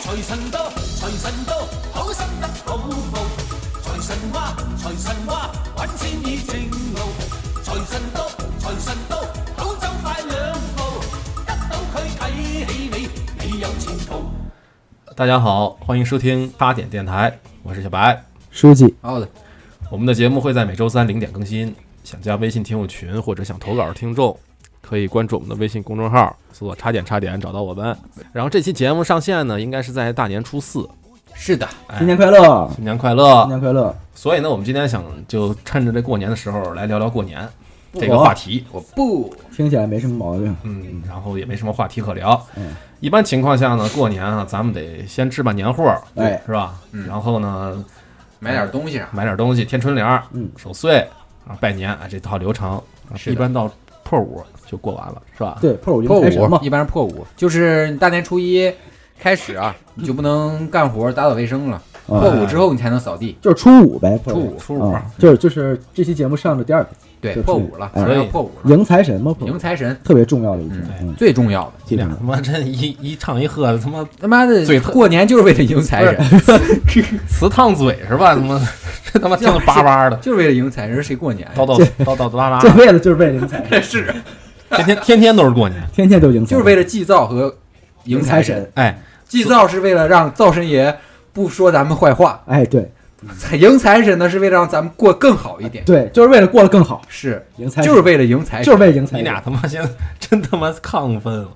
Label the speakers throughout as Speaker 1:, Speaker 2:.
Speaker 1: 財神到，財神到，好心得好報。財神話，財神話，揾錢已正路。財神到，財神到，好走快兩步，得到佢睇起你，你有前途。
Speaker 2: 大家好，欢迎收听八点电台，我是小白。
Speaker 3: 书记，
Speaker 4: 好的，
Speaker 2: 我们的节目会在每周三零点更新。想加微信听友群或者想投稿的听众，可以关注我们的微信公众号，搜索“差点差点”找到我们。然后这期节目上线呢，应该是在大年初四，
Speaker 4: 是的，
Speaker 3: 新年快乐，
Speaker 2: 新年快
Speaker 3: 新
Speaker 2: 乐。
Speaker 3: 年快乐！
Speaker 2: 所以呢，我们今天想就趁着这过年的时候来聊聊过年这个
Speaker 3: 哇
Speaker 2: 话题。
Speaker 4: 我不
Speaker 3: 听起来没什么毛病。
Speaker 2: 嗯，然后也没什么话题可聊
Speaker 3: 嗯。
Speaker 2: 一般情况下呢，过年啊，咱们得先置办年货，
Speaker 3: 哎
Speaker 2: 是吧？然后呢，
Speaker 4: 买点东西啊，
Speaker 2: 买点东西，贴春联儿、
Speaker 3: 嗯
Speaker 2: 守岁啊、拜年啊，这套流程啊
Speaker 4: 是
Speaker 2: 一
Speaker 4: 的
Speaker 2: 般到破五就过完了，是吧？
Speaker 3: 对，破五
Speaker 4: 破
Speaker 3: 就开始嘛
Speaker 4: 五，一般是破五，就是你大年初一开始啊，你就不能干活打扫卫生了，
Speaker 3: 嗯
Speaker 4: 破五之后你才能扫地，
Speaker 3: 就是初五呗，破
Speaker 4: 初五
Speaker 2: 初五
Speaker 3: 啊，就是就是这期节目上的第二天，
Speaker 4: 对，
Speaker 3: 就是
Speaker 4: 破五了，
Speaker 3: 哎
Speaker 4: 所以要破五了，
Speaker 3: 迎财神嘛，破
Speaker 4: 迎
Speaker 3: 五
Speaker 4: 财神
Speaker 3: 特别重要的一天，嗯，
Speaker 4: 最重要的，
Speaker 2: 你
Speaker 3: 基本
Speaker 2: 俩
Speaker 3: 上
Speaker 2: 他妈真一一唱一和的，他妈
Speaker 4: 他妈的
Speaker 2: 最
Speaker 4: 过年就是为了迎财神，
Speaker 2: 词烫嘴是吧？他妈这他妈听得巴巴的，
Speaker 4: 就是为了迎财神，谁过年呀？啊
Speaker 2: 叨叨叨叨啦啦
Speaker 3: 这，辈子就是为了 迎财神，
Speaker 4: 是，
Speaker 2: 天天天天都是过年。
Speaker 3: 天天都迎财神，
Speaker 4: 就是为了祭灶和迎
Speaker 3: 迎财
Speaker 4: 神，
Speaker 3: 神。
Speaker 2: 哎，
Speaker 4: 祭灶是为了让灶神爷不说咱们坏话，
Speaker 3: 哎，对
Speaker 4: 迎财神呢是为了让咱们过更好一点，
Speaker 3: 对，就是为了过得更好，
Speaker 4: 是，
Speaker 3: 迎财神
Speaker 4: 就是为了迎财神，
Speaker 3: 就是为了迎财
Speaker 2: 你
Speaker 3: 神
Speaker 2: 俩。他妈现在真他妈亢奋了，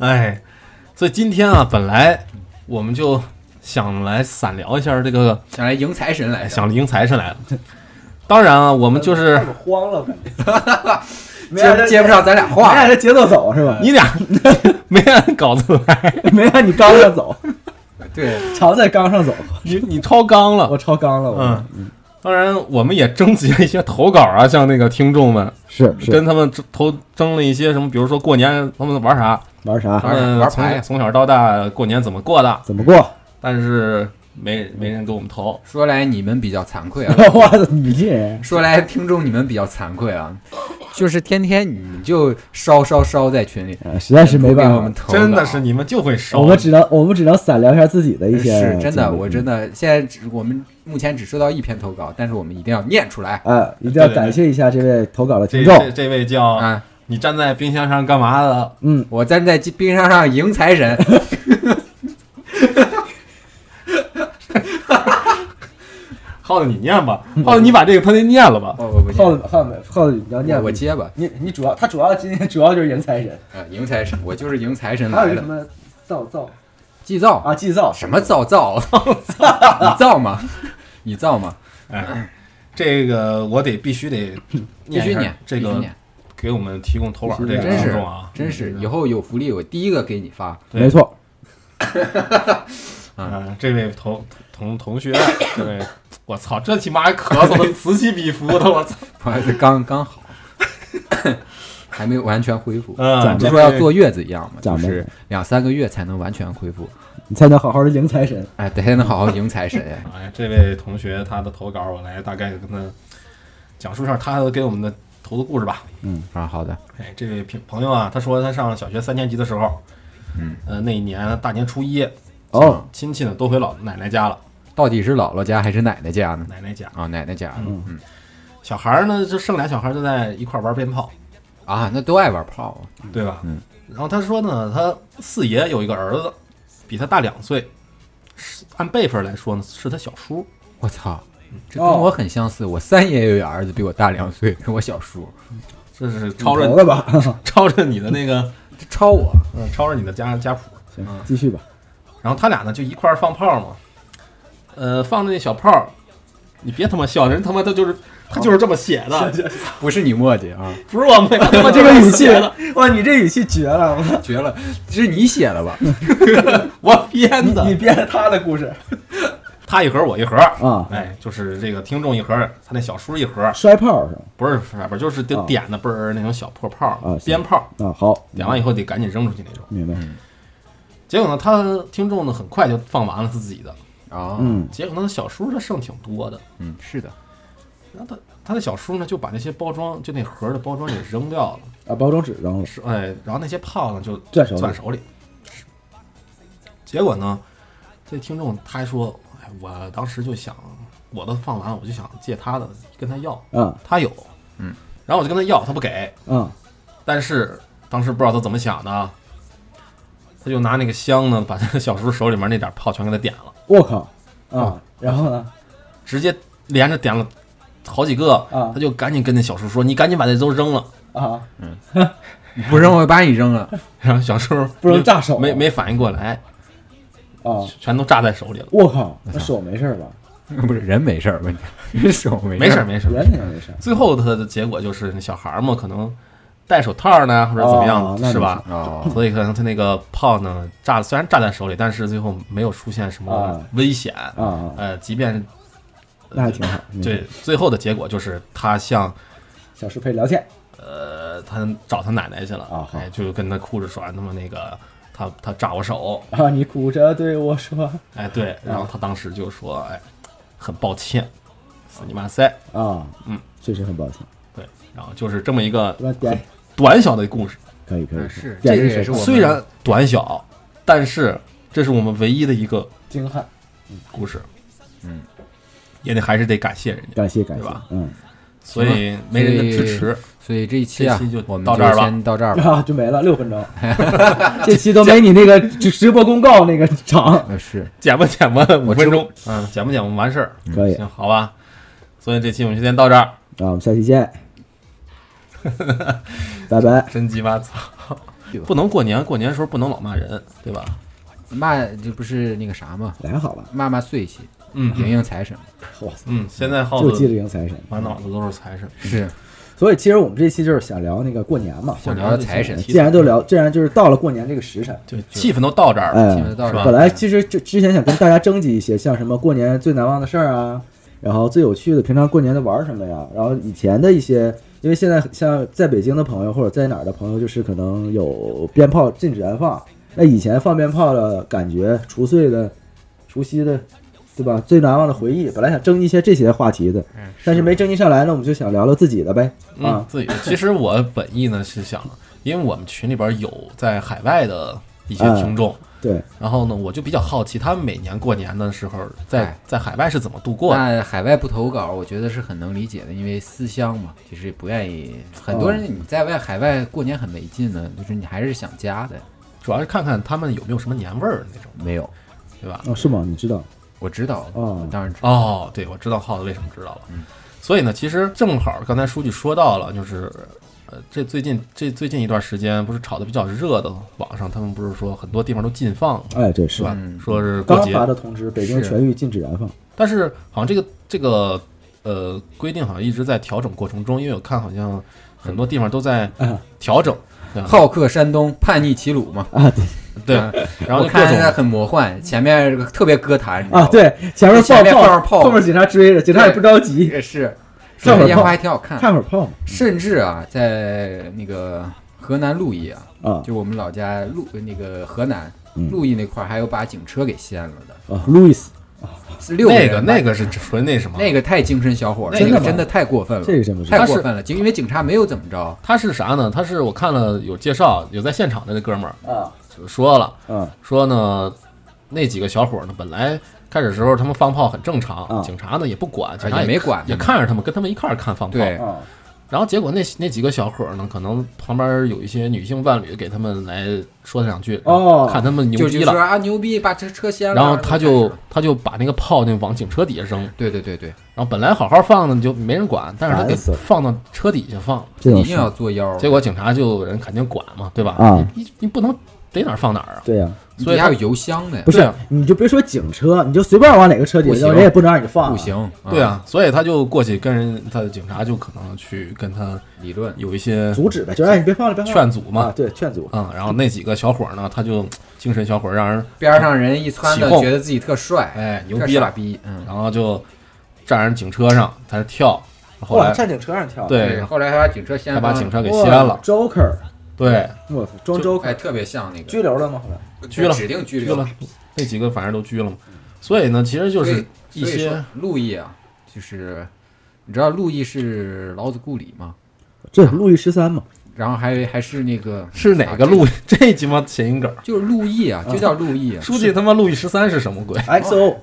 Speaker 2: 哎，所以今天啊，本来我们就想来散聊一下这个，
Speaker 4: 想来迎财神来
Speaker 2: 哎
Speaker 4: 的，
Speaker 2: 想迎财神来了。当然啊，我们就是
Speaker 3: 慌了，感觉没按
Speaker 4: 接
Speaker 3: 着
Speaker 4: 接不上咱俩
Speaker 3: 没
Speaker 4: 话
Speaker 3: 按，着节奏走是吧？
Speaker 2: 你俩没按稿子来，
Speaker 3: 没按你刚上走，
Speaker 4: 对，
Speaker 3: 常在刚上走，
Speaker 2: 你你超纲了。
Speaker 3: 我超纲了，我
Speaker 2: 嗯，当然我们也征集了一些投稿啊，像那个听众们
Speaker 3: 是是
Speaker 2: 跟他们投征了一些什么，比如说过年他们玩啥，
Speaker 3: 玩啥
Speaker 2: 他们
Speaker 4: 啊玩
Speaker 2: 从
Speaker 4: 牌
Speaker 2: 从小到大过年怎么过的，
Speaker 3: 怎么过？
Speaker 2: 但是没没人给我们投。
Speaker 4: 说来你们比较惭愧啊，
Speaker 3: 我操，你这人
Speaker 4: 说来听众你们比较惭愧啊，就是天天你就烧烧烧在群里，
Speaker 3: 啊实在是没办
Speaker 4: 呃不给
Speaker 3: 法，
Speaker 4: 我们投稿
Speaker 2: 真的是。你们就会收，
Speaker 3: 我们只能我们只能散聊一下自己的一些嗯经
Speaker 4: 是
Speaker 3: 历，
Speaker 4: 真的，我真
Speaker 3: 的
Speaker 4: 的现在只我们目前只收到一篇投稿，但是我们一定要念出来
Speaker 3: 啊，一定要
Speaker 2: 对对对
Speaker 3: 感谢一下这位投稿的
Speaker 2: 这
Speaker 3: 听
Speaker 2: 这
Speaker 3: 众，
Speaker 2: 这位叫
Speaker 4: 啊！
Speaker 2: 你站在冰箱上干嘛的？
Speaker 3: 嗯，
Speaker 4: 我站在冰箱上迎财神，
Speaker 2: 耗子你念吧，
Speaker 4: 嗯
Speaker 2: 耗子你把这个他那念了吧。
Speaker 4: 我哦我不
Speaker 3: 耗
Speaker 4: 念
Speaker 3: 子耗子耗子，你要念
Speaker 4: 我我接吧，
Speaker 3: 你你主要他主要今天 主要就是迎财神，
Speaker 4: 啊，迎财神，我就是迎财神
Speaker 3: 还有
Speaker 4: 来
Speaker 3: 一个什
Speaker 4: 的。
Speaker 3: 么造造
Speaker 4: 祭灶
Speaker 3: 啊祭灶
Speaker 4: 什么造 造？你造吗？你造吗？
Speaker 2: 哎，这个我得必须得
Speaker 4: 嗯必须
Speaker 2: 一下
Speaker 4: 念，
Speaker 2: 这
Speaker 4: 必须
Speaker 2: 个
Speaker 4: 念
Speaker 2: 给我们提供投稿这个
Speaker 3: 必须念
Speaker 2: 听众啊，
Speaker 4: 真是以后有福利，我第一个给你发。
Speaker 2: 对
Speaker 3: 没错，
Speaker 2: 啊，这位同同同学， 这位，我操，这起妈咳嗽的此起彼伏的， 我操，
Speaker 4: 不好意思，刚刚好，还没有完全恢
Speaker 3: 呃
Speaker 4: 复。
Speaker 2: 嗯，
Speaker 4: 不是说要坐月子一样嘛，
Speaker 3: 讲
Speaker 4: 就
Speaker 3: 吧
Speaker 4: 是两三个月才能完全恢复，
Speaker 3: 你才能好好的迎财神，
Speaker 4: 哎，才能好好迎财神。哎
Speaker 2: 哎，这位同学他的投稿，我来大概跟他讲述一下他给我们的投的故事吧。
Speaker 3: 嗯
Speaker 4: 啊，好的，
Speaker 2: 哎，这位朋朋友啊，他说他上小学三年级的时候，
Speaker 4: 嗯，
Speaker 2: 呃，那一年大年初一，
Speaker 3: 哦，
Speaker 2: 亲戚呢都回老奶奶家了，
Speaker 4: 嗯到底是姥姥家还是奶奶家呢？
Speaker 2: 奶奶家，
Speaker 4: 啊，奶奶家，
Speaker 2: 嗯
Speaker 4: 嗯
Speaker 2: 小孩儿呢就剩俩小孩儿就在一块儿玩鞭炮，
Speaker 4: 啊，那都爱玩炮啊，
Speaker 2: 对吧？
Speaker 4: 嗯。
Speaker 2: 然后他说呢，他四爷有一个儿子，比他大两岁，是按辈分来说呢是他小叔。
Speaker 4: 我操，这跟我很相似。我三爷有一个儿子比我大两岁， 跟我小叔，
Speaker 2: 这是超着
Speaker 3: 投 了吧，
Speaker 2: 超着你的那个，
Speaker 4: 这超我。
Speaker 2: 嗯，超着你的家家谱。
Speaker 3: 行，
Speaker 4: 嗯
Speaker 3: 继 续吧，
Speaker 2: 然后他俩呢就一块儿放炮嘛，呃，放的那小炮儿，你别他妈笑，人他妈他就是他就是这么写的，
Speaker 4: 不是你墨迹 啊，
Speaker 2: 不是我们他妈就
Speaker 3: 这个
Speaker 2: 是
Speaker 3: 语气
Speaker 2: 写的，，
Speaker 3: 哇，你这语气绝了，我操
Speaker 4: 绝了，这是你写的吧？
Speaker 2: 我编
Speaker 3: 你你
Speaker 2: 的。
Speaker 3: 编了他的 故事
Speaker 2: 他一盒我一盒，
Speaker 3: 啊，
Speaker 2: 哎，就是这个听众一盒，他那小叔一盒，
Speaker 3: 摔炮是吧？
Speaker 2: 不是不是就是就
Speaker 3: 啊
Speaker 2: 点的嘣儿那种小破炮儿
Speaker 3: 啊行
Speaker 2: 鞭炮儿，
Speaker 3: 啊，好，
Speaker 2: 点完以后得赶紧扔出去那种。
Speaker 3: 明白，
Speaker 4: 嗯
Speaker 2: 结果呢，他听众呢很快就放完了自己的，
Speaker 4: 啊，
Speaker 3: 嗯，
Speaker 2: 结果呢小叔这剩挺多的，
Speaker 4: 嗯，是的，
Speaker 2: 然后他他的小叔呢就把那些包装就那盒儿的包装给扔掉了。
Speaker 3: 啊，包装纸扔了，
Speaker 2: 是哎，然后那些炮呢就
Speaker 3: 攥手里
Speaker 2: 攥手里。结果呢，这听众他还说，哎，我当时就想我的放完，我就想借他的跟他要，
Speaker 3: 嗯
Speaker 2: 他有，嗯，然后我就跟他要，他不给，
Speaker 3: 嗯
Speaker 2: 但是当时不知道他怎么想的，他就拿那个香呢，把他小叔手里面那点炮全给他点了，
Speaker 3: 我靠，啊
Speaker 2: 啊，
Speaker 3: 然后呢？
Speaker 2: 直接连着点了好几个，
Speaker 3: 啊
Speaker 2: 他就赶紧跟那小叔说：“你赶紧把那都扔了。
Speaker 3: 啊，
Speaker 4: 你不扔我把你扔了。”
Speaker 2: 然后小叔
Speaker 3: 不能炸手
Speaker 2: 没没反应过来，哎
Speaker 3: 啊，
Speaker 2: 全都炸在手里了。
Speaker 3: 我靠，那手没事吧？
Speaker 4: 不是人没事儿，问题手没
Speaker 2: 没
Speaker 4: 事
Speaker 2: 事儿
Speaker 4: 儿
Speaker 2: 没事儿，
Speaker 3: 人肯定没事。
Speaker 2: 最后他的结果就是那小孩儿嘛，可能戴手套呢，或者怎么样，
Speaker 3: 哦那
Speaker 2: 是吧？
Speaker 4: 哦，
Speaker 2: 所以可能他那个炮呢炸，虽然炸在手里，但是最后没有出现什么
Speaker 3: 啊
Speaker 2: 危险。
Speaker 3: 啊啊，
Speaker 2: 呃，即便
Speaker 3: 那还挺好。嗯，
Speaker 2: 对最后的结果就是他向
Speaker 3: 小叔陪聊天。
Speaker 2: 呃他找他奶奶去了，
Speaker 3: 啊好
Speaker 2: 哎，就跟他哭着说，哎他妈那个他他炸我手，
Speaker 3: 啊，你哭着对我说
Speaker 2: 哎
Speaker 4: 嗯
Speaker 2: 对，然后他当时就说，哎，很抱歉，死你妈塞，
Speaker 3: 啊，
Speaker 2: 嗯，
Speaker 3: 确实很抱歉。
Speaker 2: 对，然后就是这么一个
Speaker 3: 是吧？点
Speaker 2: 短小的故事。
Speaker 3: 可以
Speaker 2: 啊
Speaker 3: 可以，
Speaker 4: 是
Speaker 3: 点
Speaker 4: 这个也
Speaker 3: 是
Speaker 4: 是
Speaker 3: 谁
Speaker 4: 我们
Speaker 2: 虽然短小，但是这是我们唯一的一个
Speaker 3: 惊叹，
Speaker 2: 故事。
Speaker 4: 嗯，
Speaker 2: 也得还是得感谢人家，
Speaker 3: 感谢感
Speaker 2: 对
Speaker 3: 谢
Speaker 2: 吧，
Speaker 3: 嗯
Speaker 2: 所以没人的支持。
Speaker 4: 所以这一期啊
Speaker 2: 这期就，
Speaker 4: 我们
Speaker 2: 到这儿吧
Speaker 4: 先到这儿吧。
Speaker 3: 啊，就没了六 分钟，这期都没你那个直直播公告那个长，
Speaker 4: 呃，是
Speaker 2: 剪吧剪吧，五
Speaker 4: 我
Speaker 2: 分
Speaker 4: 知
Speaker 2: 钟，嗯，剪吧剪吧，完事儿。
Speaker 3: 可以
Speaker 2: 嗯行，好吧。所以这期我们就先到这儿，
Speaker 3: 啊，我们下期 见，拜拜，
Speaker 2: 真鸡巴操！不能过年，过年的时候不能老骂人，对吧？
Speaker 4: 骂这不是那个啥嘛，
Speaker 3: 还好吧？
Speaker 4: 骂骂晦气，
Speaker 2: 嗯
Speaker 4: 迎迎财神。
Speaker 3: 哇塞，
Speaker 2: 嗯，现在耗
Speaker 3: 就记着嗯
Speaker 2: 子
Speaker 3: 赢财神，
Speaker 2: 满脑子都是财神，
Speaker 4: 是
Speaker 3: 所以其实我们这期就是想聊那个过年嘛，哎
Speaker 4: 想聊财神
Speaker 3: 既然都聊，既然就是到了过年这个时辰，
Speaker 2: 就气氛都到这儿了，
Speaker 3: 哎
Speaker 4: 气氛嗯到
Speaker 2: 是吧
Speaker 4: 这儿
Speaker 3: 本来其实就之前想跟大家征集一些，像什么过年最难忘的事儿啊，然后最有趣的，平常过年都玩什么呀？然后以前的一些，因为现在像在北京的朋友或者在哪儿的朋友，就是可能有鞭炮禁止燃放，那以前放鞭炮的感觉，除夕的、除夕的，对吧？最难忘的回忆，本来想征集一些这些话题的，但是没征集上来呢，我们就想聊聊自己的呗，
Speaker 2: 嗯
Speaker 3: 啊，，
Speaker 2: 自己的。其实我本意呢是想，因为我们群里边有在海外的一些听众，
Speaker 3: 对，
Speaker 2: 然后呢，我就比较好奇，他们每年过年的时候在
Speaker 4: 哎
Speaker 2: 在海外是怎么度
Speaker 3: 哎
Speaker 2: 过的？
Speaker 4: 那海外不投稿，我觉得是很能理解的，因为思乡嘛，就是不愿意。很多人你在外海外过年很没劲呢，就是你还是想家的。
Speaker 2: 主要是看看他们有没有什么年味儿那种，
Speaker 4: 没有，
Speaker 2: 对吧？
Speaker 3: 哦，是吗？你知道，
Speaker 4: 我知道，
Speaker 3: 哦
Speaker 4: 我当然知道。
Speaker 2: 哦，对，我知道耗子为什么知道了。所以呢，其实正好刚才书记说到了，就是呃，这最近这最近一段时间不是炒的比较热的，网上他们不是说很多地方都禁放，
Speaker 3: 哎，这
Speaker 2: 是
Speaker 3: 是
Speaker 2: 吧？
Speaker 4: 嗯
Speaker 2: 说是过
Speaker 3: 刚
Speaker 2: 节，
Speaker 3: 发的通知，北京
Speaker 4: 是
Speaker 3: 全域禁止燃放，
Speaker 2: 但是好像这个这个呃规定好像一直在调整过程中，因为我看好像很多地方都在
Speaker 3: 啊
Speaker 2: 调整，对吧
Speaker 4: 好客山东，叛逆齐鲁嘛。
Speaker 3: 啊，对。
Speaker 2: 对，然
Speaker 4: 我
Speaker 2: 嗯后就各
Speaker 4: 看着
Speaker 2: 种
Speaker 4: 很魔幻，前面特别歌坛你知道
Speaker 3: 啊，
Speaker 4: 吗，
Speaker 3: 对，前面
Speaker 4: 哎前面
Speaker 3: 炮
Speaker 4: 放上炮
Speaker 3: 后面警察追着，警察也不着急，
Speaker 4: 也是，
Speaker 3: 看会儿
Speaker 4: 烟
Speaker 3: 炮
Speaker 4: 花还挺好看。
Speaker 3: 看会儿炮嘛。
Speaker 4: 甚至啊，在那个河南鹿邑啊，
Speaker 3: 啊
Speaker 4: 就我们老家鹿那个河南
Speaker 3: 嗯
Speaker 4: 鹿邑那块儿，还有把警车给掀了的，
Speaker 3: 啊，Louis，
Speaker 4: 是六
Speaker 2: 那个
Speaker 4: 人吧
Speaker 2: 那个是纯那什么，
Speaker 4: 那个太精神小伙了，
Speaker 2: 那个
Speaker 4: 那
Speaker 3: 吗
Speaker 4: 个真的太过分了，
Speaker 3: 这个真不知道
Speaker 4: 太过分了，警因为警察没有怎么着，
Speaker 2: 他是啥呢？他是我看了有介绍，有在现场的那哥们儿
Speaker 3: 啊
Speaker 2: 就说了，
Speaker 3: 啊
Speaker 2: 说呢那几个小伙儿呢，本来开始时候他们放炮很正常，
Speaker 3: 啊
Speaker 2: 警察呢也不管，警察
Speaker 4: 哎也没管
Speaker 2: 也
Speaker 4: 他们
Speaker 2: 看着他们，跟他们一块儿看放炮。
Speaker 4: 对，
Speaker 3: 啊
Speaker 2: 然后结果那那几个小伙儿呢，可能旁边有一些女性伴侣给他们来说两句，
Speaker 3: 哦
Speaker 2: 看他们牛
Speaker 4: 就就
Speaker 2: 逼了
Speaker 4: 说，啊牛逼，把车车掀了，
Speaker 2: 然后他就
Speaker 4: 开始
Speaker 2: 他就把那个炮那往警车底下扔，
Speaker 4: 对对对对，
Speaker 2: 然后本来好好放的就没人管，但是他给
Speaker 3: 烦死了
Speaker 2: 放到车底下放，
Speaker 3: 这种
Speaker 4: 一
Speaker 3: 事
Speaker 4: 定要作妖，
Speaker 2: 结果警察就有人肯定管嘛，对吧？
Speaker 3: 啊，
Speaker 2: 你你不能逮哪儿放哪儿啊，
Speaker 3: 对呀，
Speaker 2: 所以
Speaker 4: 还
Speaker 2: 他
Speaker 4: 有油箱呢
Speaker 3: 不，
Speaker 2: 对
Speaker 3: 是
Speaker 2: 啊，
Speaker 3: 你就别说警车，你就随便往哪个车底
Speaker 4: 不
Speaker 3: 下扔，
Speaker 4: 行
Speaker 3: 人也不能让你放，
Speaker 4: 不，行，
Speaker 2: 对，啊，所以他就过去跟人他的警察就可能去跟他
Speaker 4: 理论
Speaker 2: 有一些
Speaker 3: 阻止呗，就哎你别放了，别放了
Speaker 2: 劝阻
Speaker 3: 啊，
Speaker 2: 嘛，
Speaker 3: 对，劝阻，
Speaker 2: 嗯，然后那几个小伙儿呢，他就精神小伙儿让人
Speaker 4: 边上人一撺
Speaker 2: 起
Speaker 4: 的
Speaker 2: 哄
Speaker 4: 觉得自己特帅，
Speaker 2: 哎牛
Speaker 4: 特
Speaker 2: 逼
Speaker 4: 傻
Speaker 2: 了，
Speaker 4: 逼，嗯。
Speaker 2: 然后就站人警车上在那跳，后
Speaker 3: 哇，
Speaker 2: 来
Speaker 3: 站警车上跳，
Speaker 2: 对
Speaker 4: 后来他把警车掀
Speaker 2: 他
Speaker 4: 翻
Speaker 2: 把
Speaker 4: 了，
Speaker 2: 警车给
Speaker 3: 哇
Speaker 2: 掀了，
Speaker 3: ，Joker，
Speaker 2: 对，
Speaker 3: 我操，装
Speaker 4: 哎，
Speaker 3: Joker，
Speaker 4: 特别像那个
Speaker 3: 拘留了吗？后来
Speaker 2: 拘了
Speaker 4: 指定拘
Speaker 2: 拘
Speaker 4: 留
Speaker 2: 了，那几个反正都拘了嘛，所以呢，其实就
Speaker 4: 所
Speaker 2: 是
Speaker 4: 以
Speaker 2: 一
Speaker 4: 所以
Speaker 2: 些
Speaker 4: 说陆毅啊，就是你知道陆毅是老子故里吗？
Speaker 3: 这路易十三嘛，
Speaker 4: 然后还还是那个
Speaker 2: 是哪个路？啊 这鸡巴谐音梗儿，
Speaker 4: 就是陆毅啊，就叫陆毅 啊，
Speaker 2: 书记他妈路易十三是什么鬼？
Speaker 3: XO